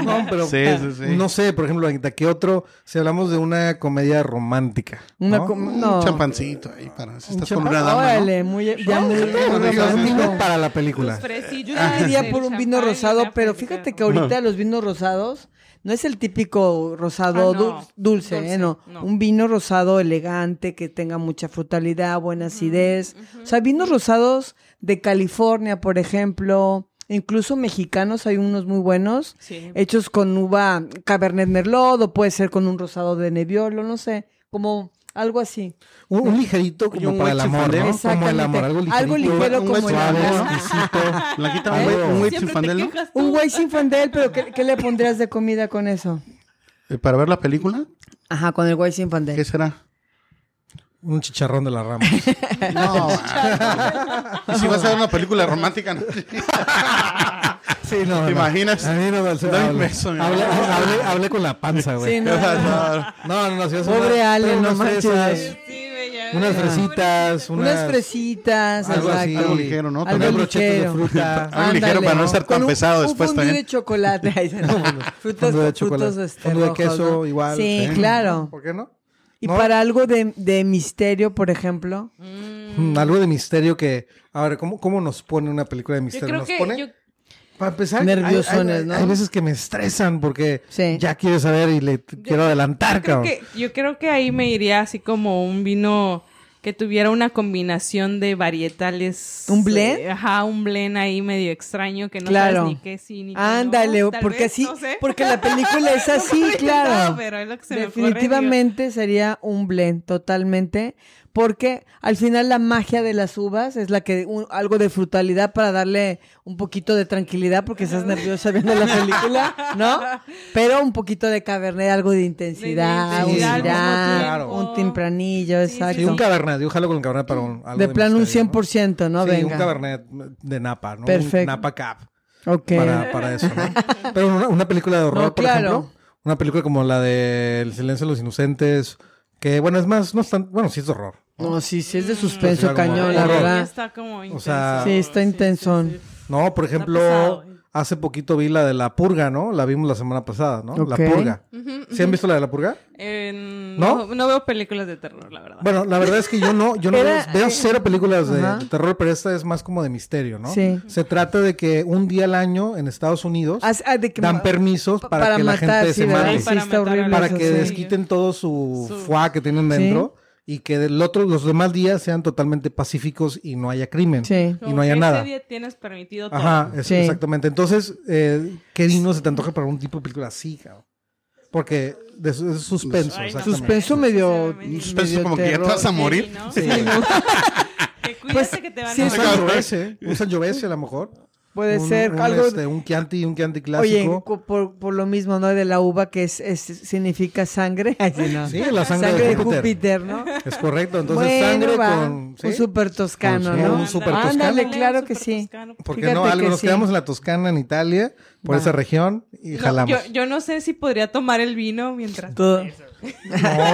A: No, pero ah,
C: Sí, sí, sí.
A: no sé, por ejemplo, ¿de qué otro? Si hablamos de una comedia romántica.
D: Una
A: ¿no?
D: com-
C: Un
D: no.
C: champancito ahí para si estás con
A: champa-
C: una dama. ¿no?
D: Órale, muy, ya muy-
C: no digas
D: muy
A: Un
B: <laughs>
D: romántico.
A: vino para la película. Ah.
D: Yo iría por un vino rosado, pero fíjate que ahorita los vinos rosados no es el típico rosado
B: Ah, no.
D: dul- dulce,
B: Dulce,
D: ¿eh? No.
B: no.
D: Un vino rosado elegante que tenga mucha frutalidad, buena acidez. O sea, vinos rosados de California, por ejemplo, incluso mexicanos, hay unos muy buenos,
B: Sí.
D: hechos con uva Cabernet Merlot o puede ser con un rosado de Nebbiolo, no sé, como algo así.
A: Un, un ligerito
C: Y
A: como
C: un
A: para el amor,
C: huichifandeo.
A: ¿no? Como el amor, algo
D: Exactamente.
A: ligerito.
D: Algo ligero
A: un
D: como el
A: suave,
D: amor, ¿no? <laughs>
A: exquisito.
C: Blanquita,
A: Ah,
C: un güey-
A: bueno.
C: un güey
B: Siempre
C: chifandel,
B: te
C: ¿no?
B: quejas tú.
D: Un güey sin fandel, pero ¿qué, qué le pondrías de comida con eso?
C: Eh, Para ver la película,
D: Ajá, con el güey sin
C: ¿qué
D: fandel.
C: será?
A: Un chicharrón de la
D: <laughs>
A: rama.
C: <laughs> No. Y si vas a ver una película romántica,
D: <laughs>
C: no.
A: Sí, no,
C: ¿Te
A: no.
C: imaginas?
A: A mí no me
C: Dame un beso, mi amor.
A: hablé, hablé- hablé con la panza, güey.
D: Sí, no,
A: No, no, no. Si vas a
D: Pobre
A: una-
D: Ale,
A: trae
D: no
A: unas
D: manches.
A: fresas,
B: Sí, bella.
A: unas fresitas, unas...
D: Unas fresitas,
A: Algo así.
D: exacto.
C: Algo ligero, ¿no?
D: Algo
A: Unos
C: También-
A: brochetes de
D: ligero.
A: fruta.
C: Algo ligero
D: Ándale.
C: para no estar tan
D: Con un-
C: pesado
D: un
C: después
D: fondue
C: también.
D: de chocolate.
A: <laughs>
D: Ahí está. frutas,
A: Fondo de
D: frutos
A: chocolate.
D: este,
A: Fondo de
D: rojos,
A: queso
D: ¿no?
A: igual.
D: Sí, claro.
A: ¿Por qué no?
D: Y
A: ¿No?
D: para algo de, de misterio, por ejemplo.
A: Mm, Algo de misterio que... A ver, ¿cómo, cómo nos pone una película de
B: Yo
A: misterio?
B: creo
A: ¿Nos
B: que
A: pone?
B: yo-
A: Para empezar,
D: Nerviosones,
A: hay, hay-
D: ¿no?
A: hay veces que me estresan porque
D: Sí.
A: ya quiero saber y le t- quiero adelantar,
D: Ah,
B: creo
A: cabrón.
B: que, yo creo que ahí me iría así como un vino que tuviera una combinación de varietales.
D: ¿Un blend?
B: eh, ajá, un blend ahí medio extraño que no
D: Claro.
B: sabes ni qué sí ni qué no,
D: Ándale,
B: tal
D: porque
B: vez,
D: sí,
B: no sé.
D: porque
B: <laughs>
D: la película es así,
B: No lo he
D: claro.
B: intentado, pero es lo que se me ocurre,
D: Definitivamente sería un blend, totalmente, porque al final la magia de las uvas es la que un- algo de frutalidad para darle un poquito de tranquilidad porque estás nerviosa viendo la película,
B: <laughs>
D: ¿no? Pero un poquito de cabernet, algo de intensidad,
A: intensidad al
D: un sidral,
A: mismo tiempo.
D: un tempranillo,
B: sí,
D: exacto.
A: Sí, un cabernet. Yo jalo con el cabernet para un, algo
D: de plano un
A: misterio,
D: 100%, ¿no?
A: Sí,
D: Venga.
A: un cabernet de napa, ¿no?
D: Perfecto.
A: Un napa cap
D: Ok.
A: para, para eso,
D: <laughs>
A: ¿no? Pero una, una película de horror,
D: No,
A: por
D: claro.
A: ejemplo. Una película como la de El silencio de los inocentes, que, bueno, es más, no es tan... Bueno, sí es de horror.
D: No, sí, sí es
B: Mm.
D: de
A: Sí,
D: suspenso
A: Pues algo
D: cañón, la
A: horror.
D: verdad.
B: Está como intenso.
A: sea,
D: Sí, está intenso.
A: No, por ejemplo,
B: pesado, eh.
A: hace poquito vi la de La Purga, ¿no? La vimos la semana pasada, ¿no? La
D: Ok.
A: Purga. ¿Sí han visto la de La Purga?
B: Eh,
A: ¿No?
B: ¿No? no veo películas de terror, la verdad.
A: Bueno, la verdad es que yo no, yo no
D: Era- eh,
A: veo, veo cero películas de,
D: Ajá.
A: de terror, pero esta es más como de misterio, ¿no?
D: Sí.
A: Se trata de que un día al año en Estados Unidos
D: As- ah, de que ma-
A: dan permisos para, que la gente
D: sí,
A: se
D: ¿verdad?
A: mate,
D: Sí,
B: Para
D: está
B: matar a
D: horrible
B: la
A: para
D: eso,
A: que
D: sí.
A: desquiten todo su,
B: Su-
A: fuá que tienen dentro y que del otro, los demás días sean totalmente pacíficos y no haya crimen
D: Sí.
A: y
B: Como
A: no haya
B: que
A: nada.
B: Ese día tienes permitido todo.
A: Ajá, es-
D: Sí.
A: exactamente. Entonces, eh, ¿qué vino se te antoja para un tipo de película así, cabrón? Porque de- es suspenso,
B: Ay, no.
A: exactamente.
D: Suspenso medio.
B: Un
C: suspenso
D: medio
C: como que ya te
D: terror.
C: vas a
B: Sí,
C: morir.
B: ¿no?
A: Sí.
B: Que cuídate
D: Pues,
B: que te van
D: sí,
B: a
A: Un
D: es-
B: matar.
A: Sangiovese, un Sangiovese a lo mejor.
D: Puede
A: Un-
D: ser
A: un,
D: algo.
A: este, un Chianti, un Chianti
D: Oye,
A: clásico.
D: cu- por, por lo mismo, ¿no? De la uva que es, es- significa sangre. Ay, sí, no.
A: <laughs> sí, la sangre, de Júpiter.
D: ¿no?
A: Es correcto, entonces
D: Bueno,
A: sangre
D: va.
A: con... ¿sí?
D: Un super toscano,
A: Con- sí,
D: ¿no?
A: un super toscano.
D: Ándale,
B: Un
D: claro
B: super
D: que sí.
B: toscano.
A: ¿Por qué
D: Fíjate
A: no? Algo,
D: que
A: nos
D: sí.
A: quedamos en la Toscana, en Italia, por
D: Va.
A: esa región y
B: No,
A: jalamos.
B: yo, yo no sé si podría tomar el vino mientras.
D: Todo.
A: No,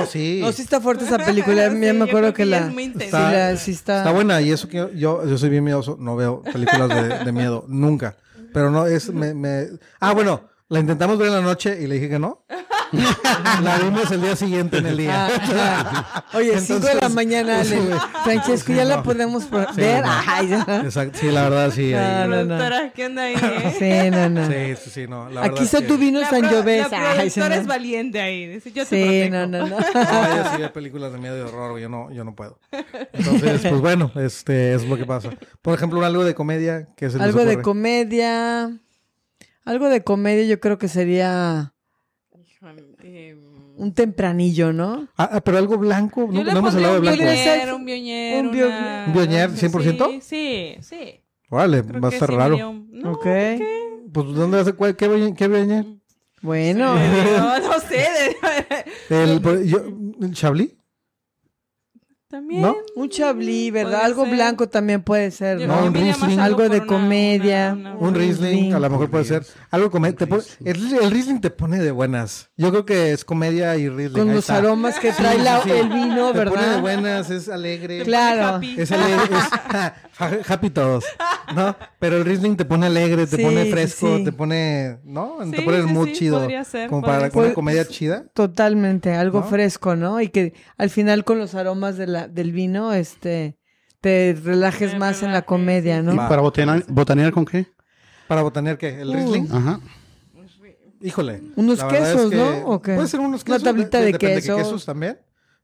A: sí.
D: <laughs> No, sí está fuerte
B: <laughs>
D: esa película.
B: Sí,
D: Ya me
B: yo creo
D: acuerdo que
B: que ya
D: la.
B: es muy intensa.
D: sí, la- sí está.
A: Está buena y eso que yo, yo, yo soy bien miedoso, no veo películas de, de miedo, nunca. Pero no, es, me, me- Ah, bueno, la intentamos ver en la noche y le dije que no. <laughs> la vimos el día siguiente en el
D: <laughs>
A: día.
D: Ah, ah. Oye, 5 de la
A: Entonces,
D: mañana, Ale. Francesco, ya la podemos pro-
A: Sí,
D: ver.
A: no.
D: Ay, ya.
A: Exacto, sí, la verdad, sí. ahí-
D: Ah, no, no.
B: Productora, ¿qué
D: <laughs>
B: onda ahí? eh?
D: Sí, no, no.
A: Sí, sí, sí, no. La
D: Aquí
A: verdad
D: está
A: es
D: tu
A: que-
D: vino
B: La pro-
D: Sangiovese.
B: La
D: Ay, sí,
B: productora
D: no.
B: es valiente ahí. Dice, yo te
D: Sí,
B: protejo.
D: no, no, <laughs> no.
A: No, yo sí veo películas de miedo y de horror, yo no, yo no puedo. Entonces, pues bueno, este es lo que pasa. Por ejemplo, algo de comedia que se les
D: Algo de
A: ocurre?
D: comedia. Algo de comedia yo creo que sería
B: Híjole, em,
D: un tempranillo, ¿no?
A: Ah, ah, pero algo blanco, no,
B: yo le
A: no hemos
B: pondría
A: hablado de
B: un
A: blanco.
D: violet.
B: Bionier, un bionier,
D: Un bio-
B: una-
A: ¿Un bionier,
B: sí,
A: 100%?
B: Sí, sí.
A: Órale,
B: Creo
A: va a
B: que
A: estar
B: sí me
A: raro.
B: dio un- No,
D: Ok.
B: ¿por qué?
A: Pues ¿dónde hace cuál, qué, viñe- qué viñe?
B: <laughs>
D: Bueno.
A: <laughs>
B: No, no sé. de- <laughs>
A: El, por- yo, ¿el Chablis?
B: También.
C: ¿No?
D: Un chablis, ¿verdad?
B: Podría
D: Algo
B: ser.
D: blanco también puede ser,
B: Yo
D: ¿no?
A: No,
B: creo
A: un
B: que iría
A: Riesling.
B: más
D: Algo
B: por
D: de
B: una-
D: comedia.
B: una-
A: Un
B: una-
A: Riesling, a lo mejor puede ser. Algo come- te pone-
C: Riesling.
A: el, el Riesling te pone de buenas. Yo creo que es comedia y Riesling.
D: Con
A: ahí
D: los
A: está.
D: aromas que trae
A: Sí,
D: la-
A: sí, sí.
D: el vino,
A: Te pone de
D: ¿verdad?
A: buenas, es alegre.
D: Claro.
B: Happy.
A: Es alegre, es- ja- <laughs> happy todos, ¿no? Pero el Riesling te pone alegre, te
D: Sí,
A: pone
D: sí,
A: fresco,
D: sí.
A: te pone, ¿no? te
B: Sí,
A: pone el
B: sí,
A: mood
B: sí,
A: chido.
B: podría ser,
A: como
B: podría
A: para
B: ser.
A: una comedia chida.
D: Totalmente, algo
A: ¿No?
D: fresco, ¿no? Y que al final con los aromas de la, del vino, este, te relajes
B: Te
D: más en la
B: relajes,
D: comedia,
B: sí,
D: ¿no?
C: ¿Y
A: Va.
C: para botanear, botanear con qué?
A: Para botanear, ¿qué? ¿El Riesling?
C: Ajá.
A: Híjole.
D: Uh. Unos
A: la verdad
D: quesos, ¿no? ¿O qué?
A: Puede ser unos
D: Una
A: quesos.
D: tablita de
A: depende
D: queso.
A: quesos también.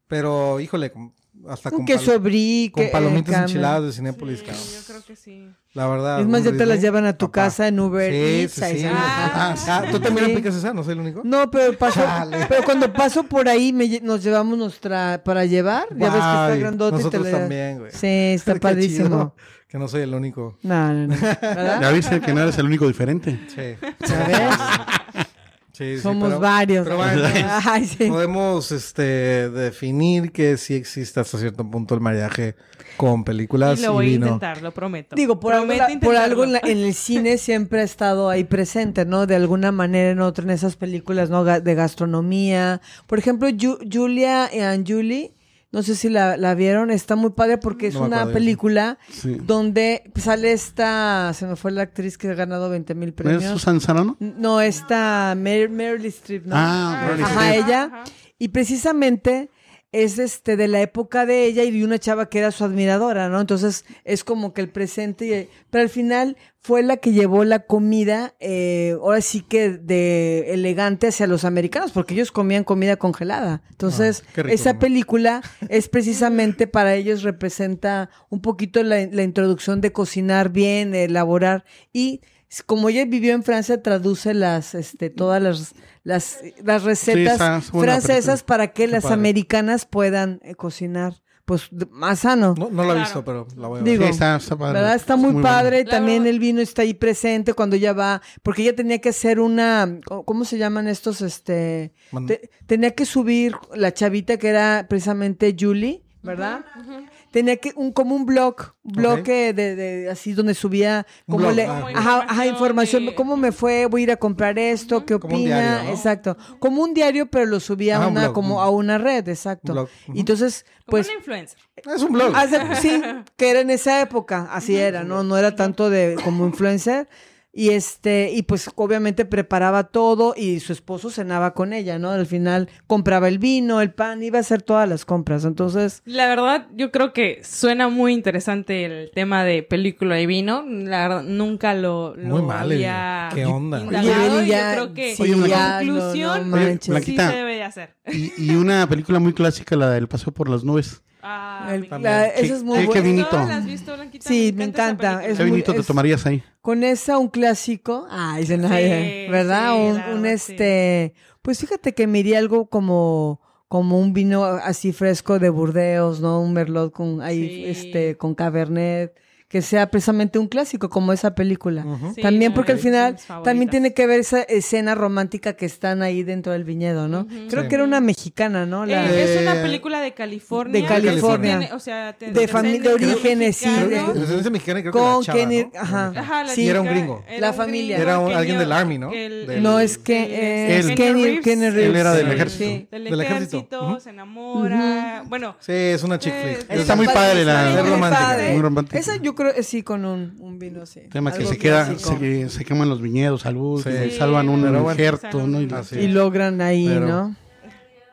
A: Pero, híjole, con- hasta
D: Un
A: con,
D: queso
A: palo-
D: brie,
A: con
D: que- eh,
A: palomitas
D: carne.
A: enchiladas de
B: Sí,
A: Cinépolis, cabrón.
B: yo creo que sí.
A: La verdad.
D: Es más,
A: un
D: ya te las
A: Riesling,
D: llevan a tu casa en Uber
A: Sí,
D: Eats,
A: sí,
D: ahí
A: sí.
D: se las-
A: Ah, ah, ¿Tú también
D: Sí.
A: aplicas esa? ¿No soy el único?
D: No, pero paso, pero cuando paso por ahí me lle- nos llevamos nuestra para llevar, ya ves que está
A: Guay,
D: grandote y te
A: nosotros
D: la-
A: también, güey.
D: Sí,
A: <laughs>
D: está
A: Qué
D: padrísimo.
A: chido Que no soy el único. <laughs>
D: No, no, no. ¿Verdad?
C: Ya viste que no eres el único diferente.
A: Sí. Sí, sí,
D: Somos
A: pero-
D: varios.
A: Pero bueno, entonces,
D: <laughs> Ay, sí.
A: podemos este, definir que sí existe hasta cierto punto el maridaje con películas
B: Y
A: y,
B: lo voy a
A: vino.
B: intentar, lo prometo.
D: Digo, por algo,
B: Prometo
D: la- por algo en,
B: <laughs>
D: la-
B: intentarlo.
D: en el cine siempre ha estado ahí presente, ¿no? De alguna manera en otra, en esas películas, ¿no? Ga- De gastronomía. Por ejemplo, Ju- Julia and Julie, no sé si la, la vieron, está muy padre porque es
A: No me
D: una
A: acuerdo de eso.
D: película
C: Sí.
D: donde sale esta, se me fue la actriz que ha ganado 20
C: ¿No
D: mil
C: es
D: premios.
C: Susan Sarano?
D: No, esta Mer- Meryl Streep, ¿no?
C: Ah, Meryl
D: Ajá,
C: Streep.
D: ella.
B: Ajá.
D: Y precisamente es este de la época de ella y de una chava que era su admiradora, ¿no? Entonces es como que el presente, y- pero al final fue la que llevó la comida, eh, ahora sí que de elegante hacia los americanos, porque ellos comían comida congelada. Entonces,
A: Ah, qué rico
D: esa
A: comer.
D: película es precisamente para ellos representa un poquito la, la introducción de cocinar bien, elaborar y s- como ella vivió en Francia traduce las este todas las las, las recetas
C: esa es buena
D: francesas
C: película.
D: para que
A: Qué
D: las
A: padre.
D: americanas puedan eh, cocinar pues d- más sano.
A: No, no la he
B: Claro.
A: visto, pero la voy a ver.
D: Digo,
C: Sí, está, está padre.
D: ¿Verdad? Está
C: Es
D: muy,
C: buena.
D: padre.
B: La
D: También
B: verdad-
D: el vino está ahí presente cuando ella va, porque ella tenía que hacer una, ¿cómo se llaman estos? Este,
A: Man-
D: te- tenía que subir la chavita que era precisamente Julie, ¿verdad? Tenía que un como un blog, un bloque de, de- así donde subía
A: Un
D: como
A: blog,
D: le,
A: ah,
D: ajá,
A: ok.
D: ajá, información,
B: Información de-
D: cómo me fue, voy a ir a comprar esto, qué
A: Como un
D: opina,
A: diario, ¿no?
D: exacto, como un diario pero lo subía
A: Ah,
D: a
A: un
D: una
A: blog,
D: como
A: un-
D: a una red, exacto.
A: blog, ujú.
D: Y entonces pues
B: Como una influencer.
A: Es un blog.
B: <laughs>
D: Hace- Ah, sí, que era en esa época, así era, ¿no? No era tanto de como influencer. Y este, y pues obviamente preparaba todo y su esposo cenaba con ella, ¿no? Al final compraba el vino, el pan, iba a hacer todas las compras. Entonces,
B: La verdad, yo creo que suena muy interesante el tema de película y vino. La verdad, nunca lo, lo
A: Muy mal, el-
B: había
A: ¿qué onda?
B: indagado
D: Oye,
B: y yo
D: ya-
B: creo que
D: sí,
B: en
D: ya, no,
B: conclusión
D: no manches.
B: sí
C: Blanquita.
B: se debe de hacer.
C: Y, y una película muy clásica, la del Paseo por las Nubes.
B: Ah,
D: el-
B: me encanta.
D: la-
C: Qué-
D: eso es muy
C: qué-
D: bueno.
C: qué vinito.
B: ¿Todas las has visto, Blanquita?
D: Sí, me
B: esa
D: encanta,
B: película.
D: es
C: ¿Qué
D: muy-
C: vinito te tomarías ahí?
D: Con esa, un clásico. Ay, de nadie,
B: Sí,
D: ¿verdad?
B: sí,
D: un
B: la
D: un
B: verdad, sí.
D: este. Pues fíjate que me iría algo como, como un vino así fresco de Burdeos, ¿no? Un merlot con ahí,
B: Sí.
D: este, con cabernet. Que sea precisamente un clásico como esa película.
A: Ujú.
B: Sí,
D: también
B: no,
D: porque al
B: es de mis
D: final también
B: favoritas.
D: tiene que ver esa escena romántica que están ahí dentro del viñedo, ¿no?
B: Ujú.
D: Creo
A: Sí.
D: que era una mexicana, ¿no? La-
B: Eh, es
A: Eh,
B: una película de California.
D: de California.
B: que tiene- o sea, te-
D: De fami- de orígenes, sí,
A: Creo que-
D: de-
B: mexicanos.
A: descendencia mexicana y creo que la
D: con
A: chava,
D: Kenny-
A: ¿no?
D: ajá.
B: Ajá, la
D: Sí.
A: Y era un
B: chica-
A: gringo.
D: La
B: un
D: familia.
B: gringo
A: Era un-
B: que
A: alguien del
B: tenía-
A: Army, ¿no?
B: que el-
A: Del-
D: no, es que
B: Sí,
D: eh,
B: es
D: es
C: Él.
D: Kenny, Kenny Reeves.
C: Él era del
D: Sí.
C: ejército.
B: Del
A: Del ejército.
B: ejército,
A: Ujú.
B: se enamora. Bueno,
A: Sí, es una chick
B: Eh,
A: flick.
C: Está muy padre la-
D: está
A: Es
D: muy
A: romántica,
D: padre.
C: muy romántica.
D: Esa yo creo eh, sí con un, un vino sí.
C: Tema que
D: Algo
C: se queda,
D: clásico.
C: se, eh, se queman los viñedos al último,
A: Sí.
C: y salvan un
A: Pero bueno. Ah,
C: injerto, ¿no? Y la-
A: Así
D: y logran ahí,
A: Pero-
D: ¿no?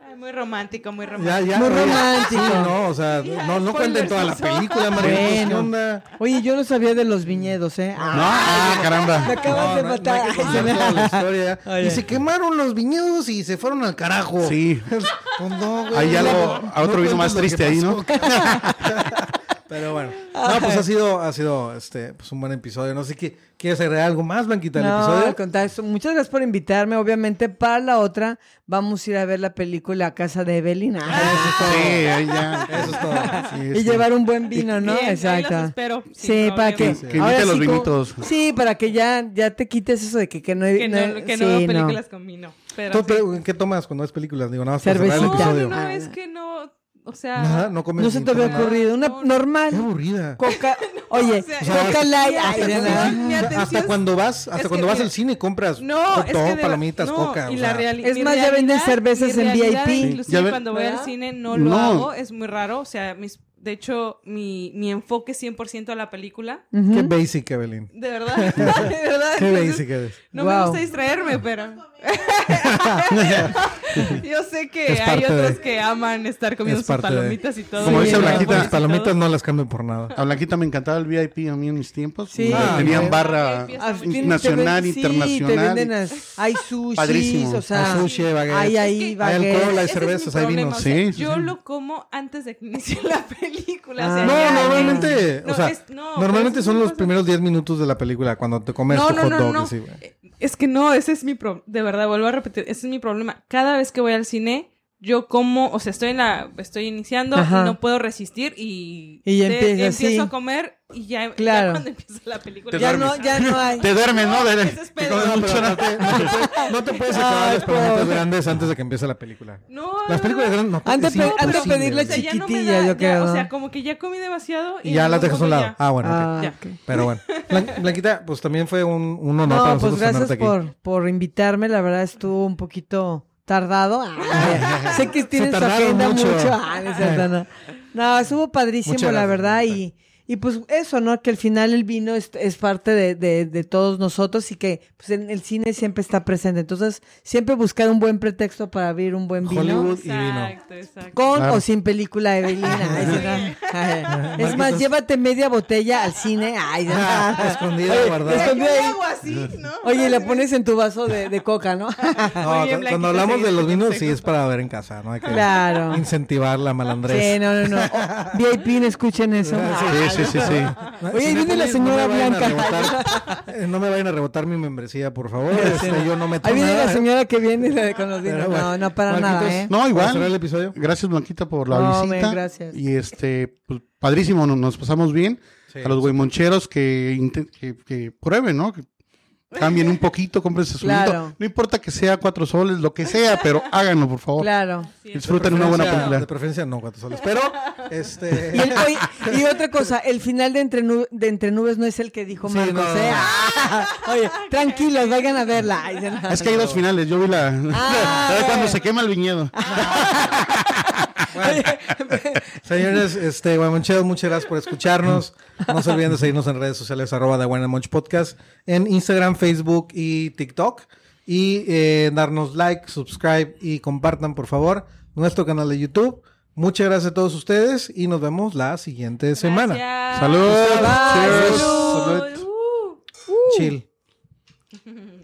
B: ay, muy romántico, muy romántico.
A: Ya, ya,
D: Muy
A: oye,
D: romántico.
A: sí, no, o sea, no, no cuenten toda la película, María.
D: Bueno.
A: ¿Qué onda?
D: Oye, yo no sabía de los viñedos, ¿eh?
C: No,
D: Ah,
C: ah,
D: me
C: caramba.
D: acabas
A: No,
D: de
A: no, no hay que
D: matar. Ay, se
A: contar
D: me-
A: toda la historia.
D: Oye.
A: Y se quemaron los viñedos y se fueron al carajo.
C: Sí.
A: Pues no, güey.
C: Hay algo, a otro
A: cuentes
C: vino más
A: lo que
C: triste ahí, ¿no?
A: Pero bueno. No, pues ha sido, ha sido este, pues un buen episodio. No sé qué. ¿Quieres agregar algo más, Blanquita, al
D: Ah, No, al
A: episodio?
D: contrario, so- muchas gracias por invitarme. Obviamente, para la otra, vamos a ir a ver la película a casa de Evelina
B: Ah,
C: Sí, ahí ya.
A: Eso es todo.
C: Sí,
D: y
C: sí.
D: llevar un buen vino, ¿no?
B: Bien, ahí los
D: Exacto.
B: espero, sin
D: Sí, para que,
B: problema.
C: Que- que invite los
D: como-
C: vinitos.
D: Sí, para que ya, ya te quites eso de que, que no hay
B: Que no, que no
D: sí,
B: veo películas con vino. Pero
A: ¿Tú
B: sí.
A: te- ¿Qué tomas cuando ves películas? Digo, nada más para cerrar el
D: Cervecita.
B: no, no,
A: episodio.
B: no,
D: Ah.
B: es que no. o sea,
A: Nada, no comes
D: No se
A: ni
D: te había
A: tomas.
D: ocurrido. Una
B: No, no.
A: Qué
D: normal.
A: aburrida.
D: <laughs> Coca. Oye,
B: o sea,
D: Coca Light. Ay,
B: Hasta
D: de
A: Hasta
B: cuando-
D: nada.
A: cuando-
B: Mi atención
A: Hasta
B: es-
A: cuando vas,
B: es
A: hasta
B: que
A: cuando vas
B: mira,
A: al cine compras
B: No,
A: hot
B: es
A: dog,
B: que de-
A: palomitas,
B: no,
A: coca.
B: Y
A: o
B: la
A: sea,
B: reali-
D: Es
B: mi
D: más, ya venden
B: realidad-
D: cervezas
B: mi
D: en
B: realidad,
D: VIP.
B: Inclusive
C: Ya ven-
B: cuando voy
D: ¿Verdad?
B: al cine no lo
C: No.
B: hago, es muy raro. O sea, mis, de hecho, mi, mi enfoque 100% a la película.
D: Ujú.
A: Qué basic,
B: <laughs>
A: Evelyn.
B: De verdad, de verdad.
A: Qué
B: Entonces,
A: basic eres.
B: no me
D: Wow.
B: gusta distraerme, pero <laughs> yo sé que
A: Es
B: hay
A: parte de-
B: otros que aman estar comiendo
A: es
B: sus
A: parte de-
B: palomitas y todo.
C: Como
B: y
C: dice
B: los jamones
C: Blanquita,
B: y
A: las
C: las
B: todo.
A: palomitas no las cambian por nada.
C: A Blanquita me encantaba el VIP a mí en mis tiempos.
D: Sí.
C: Ah, Tenían
A: no.
C: barra
B: VIP
D: Al fin te
C: nacional,
D: ven- sí,
C: internacional.
D: te venden as- hay sushis,
C: Padrísimo.
D: o sea,
A: Hay sushi, hay baguette.
D: hay ahí
B: Es que-
A: Hay
D: baguette.
A: alcohol, hay
B: Ese es mi
A: cervezas, hay
B: problema,
A: vinos.
B: o sea,
C: Sí, sí,
B: yo
C: sí.
B: lo como antes de que <laughs> inicie la película. o
D: Ah.
B: sea,
A: No,
B: ya,
A: normalmente,
B: no,
A: o sea,
B: es- no, pero
A: normalmente
B: es
A: son
B: una
A: los
B: cosa-
A: primeros 10 minutos de la película cuando te comes
B: No,
A: tu
B: no,
A: hot
B: no,
A: dog.
B: no. Eh,
A: así, güey.
B: Es que no, ese es mi problema. De verdad, vuelvo a repetir, ese es mi problema. Cada vez que voy al cine, yo como, o sea, estoy en la, estoy iniciando
D: Ajá.
B: y no puedo resistir y,
D: Y ya empieza,
B: empiezo
D: sí.
B: a comer y ya, ya
D: Claro.
B: cuando empieza la película.
C: Te
D: Ya
C: duermes.
D: no, ya no hay.
C: Te duermes, ¿no? De-
B: ese es
C: que
B: pedo.
C: comes
A: No,
C: mucho,
A: pero
C: ¿no?
A: <laughs> no te- no te puedes- no te puedes acabar
D: Ay,
A: las palomitas
D: por-
A: grandes antes de que empiece la película.
B: No,
A: Las películas
B: no, no.
A: grandes no
D: Han de
A: es
D: pe- han de
A: imposible, güey.
D: pedirle
B: O sea, ya no me
D: Chiquitilla,
B: da,
D: yo
B: ya,
D: creo.
B: o sea, como que ya comí demasiado y
A: Y ya
B: en
A: las
B: algún
A: dejas a un
B: punto
A: lado.
B: ya.
A: Ah, bueno, ok.
D: Ah,
B: ya.
D: ok.
A: Pero bueno. Blan- Blanquita, pues también fue un, un honor para
D: No, pues
A: nosotros tenerte
D: gracias
A: aquí.
D: por, por invitarme. La verdad estuvo un poquito tardado.
A: <laughs>
D: Ah, sé que tienen su
A: tardaron
D: agenda
A: mucho.
D: mucho. Ah, no, es
A: <laughs>
D: cierto, no. No, estuvo padrísimo,
A: Muchas
D: la
A: gracias,
D: verdad. Y,
A: Margarita.
D: y pues eso, ¿no? Que al final el vino es, es parte de, de- de todos nosotros y que pues en el cine siempre está presente. Entonces, siempre buscar un buen pretexto para abrir un buen vino.
A: Hollywood y vino.
B: Exacto, exacto.
D: Con
C: Claro.
D: o sin película,
A: <laughs>
D: Evelina. Ay, sí, no. es más, llévate media botella al cine. Ay, no.
A: <laughs> <laughs> Escondida,
D: Oye,
A: guardada.
B: Yo
D: escondida
B: le
D: ahí.
B: hago así, ¿no?
D: Oye, le pones en tu vaso de, de coca, ¿no?
A: No,
B: Ah, Muy bien,
A: cu- cuando
B: Blanquita,
A: hablamos de
B: seguimos
A: los vinos,
B: consejos.
A: sí es para ver en casa, no hay que
D: Claro.
A: incentivar la
D: Sí,
A: malandrez.
D: no, no, no. Oh, VIP, no escuchen eso.
C: Sí, sí, sí, sí.
D: Oye,
A: me
D: viene la
A: ponen-
D: señora
A: me vayan a
D: Blanca.
A: rebotar- eh, no me vayan a rebotar mi membresía, por favor. este, yo no me
D: Ahí viene la señora que viene y la de- con los dinos. No, no, para nada, ¿eh?
C: No, igual.
A: cerrar el episodio?
C: Gracias, Blanquita, por la
D: No,
C: visita.
D: men, gracias.
C: Y este, pues, padrísimo, no- nos pasamos bien.
A: Sí.
C: a los güeymoncheros que, inte- que, que prueben, ¿no? Que cambien un poquito, cómprense su vinito.
D: Claro.
C: No importa que sea cuatro soles, lo que sea, pero háganlo, por favor.
D: Claro.
C: Disfruten una buena
A: Preferencia-
C: película.
A: De preferencia no, cuatro soles. Pero, este...
D: Y, el- oye, y otra cosa, el final de Entre, Nu- de Entre Nubes no es el que dijo
A: Sí,
D: Marcos,
A: no, no,
D: ¿eh?
A: no.
D: Ah, <laughs> oye, tranquilos, vayan a verla. Ay, ya no.
C: Es que hay dos finales, yo vi la...
D: Ah,
C: la de <laughs> cuando
D: bueno.
C: se quema el viñedo.
A: <laughs> Señores, este, Guamancheros, muchas gracias por escucharnos. No se olviden de seguirnos en redes sociales, arroba de Wine and Munch Podcast, en Instagram, Facebook y TikTok. Y eh, darnos like, subscribe y compartan, por favor, nuestro canal de YouTube. Muchas gracias a todos ustedes y nos vemos la siguiente semana.
B: Gracias.
C: Salud.
D: Bye.
C: Cheers.
B: Salud. Uh.
A: Chill.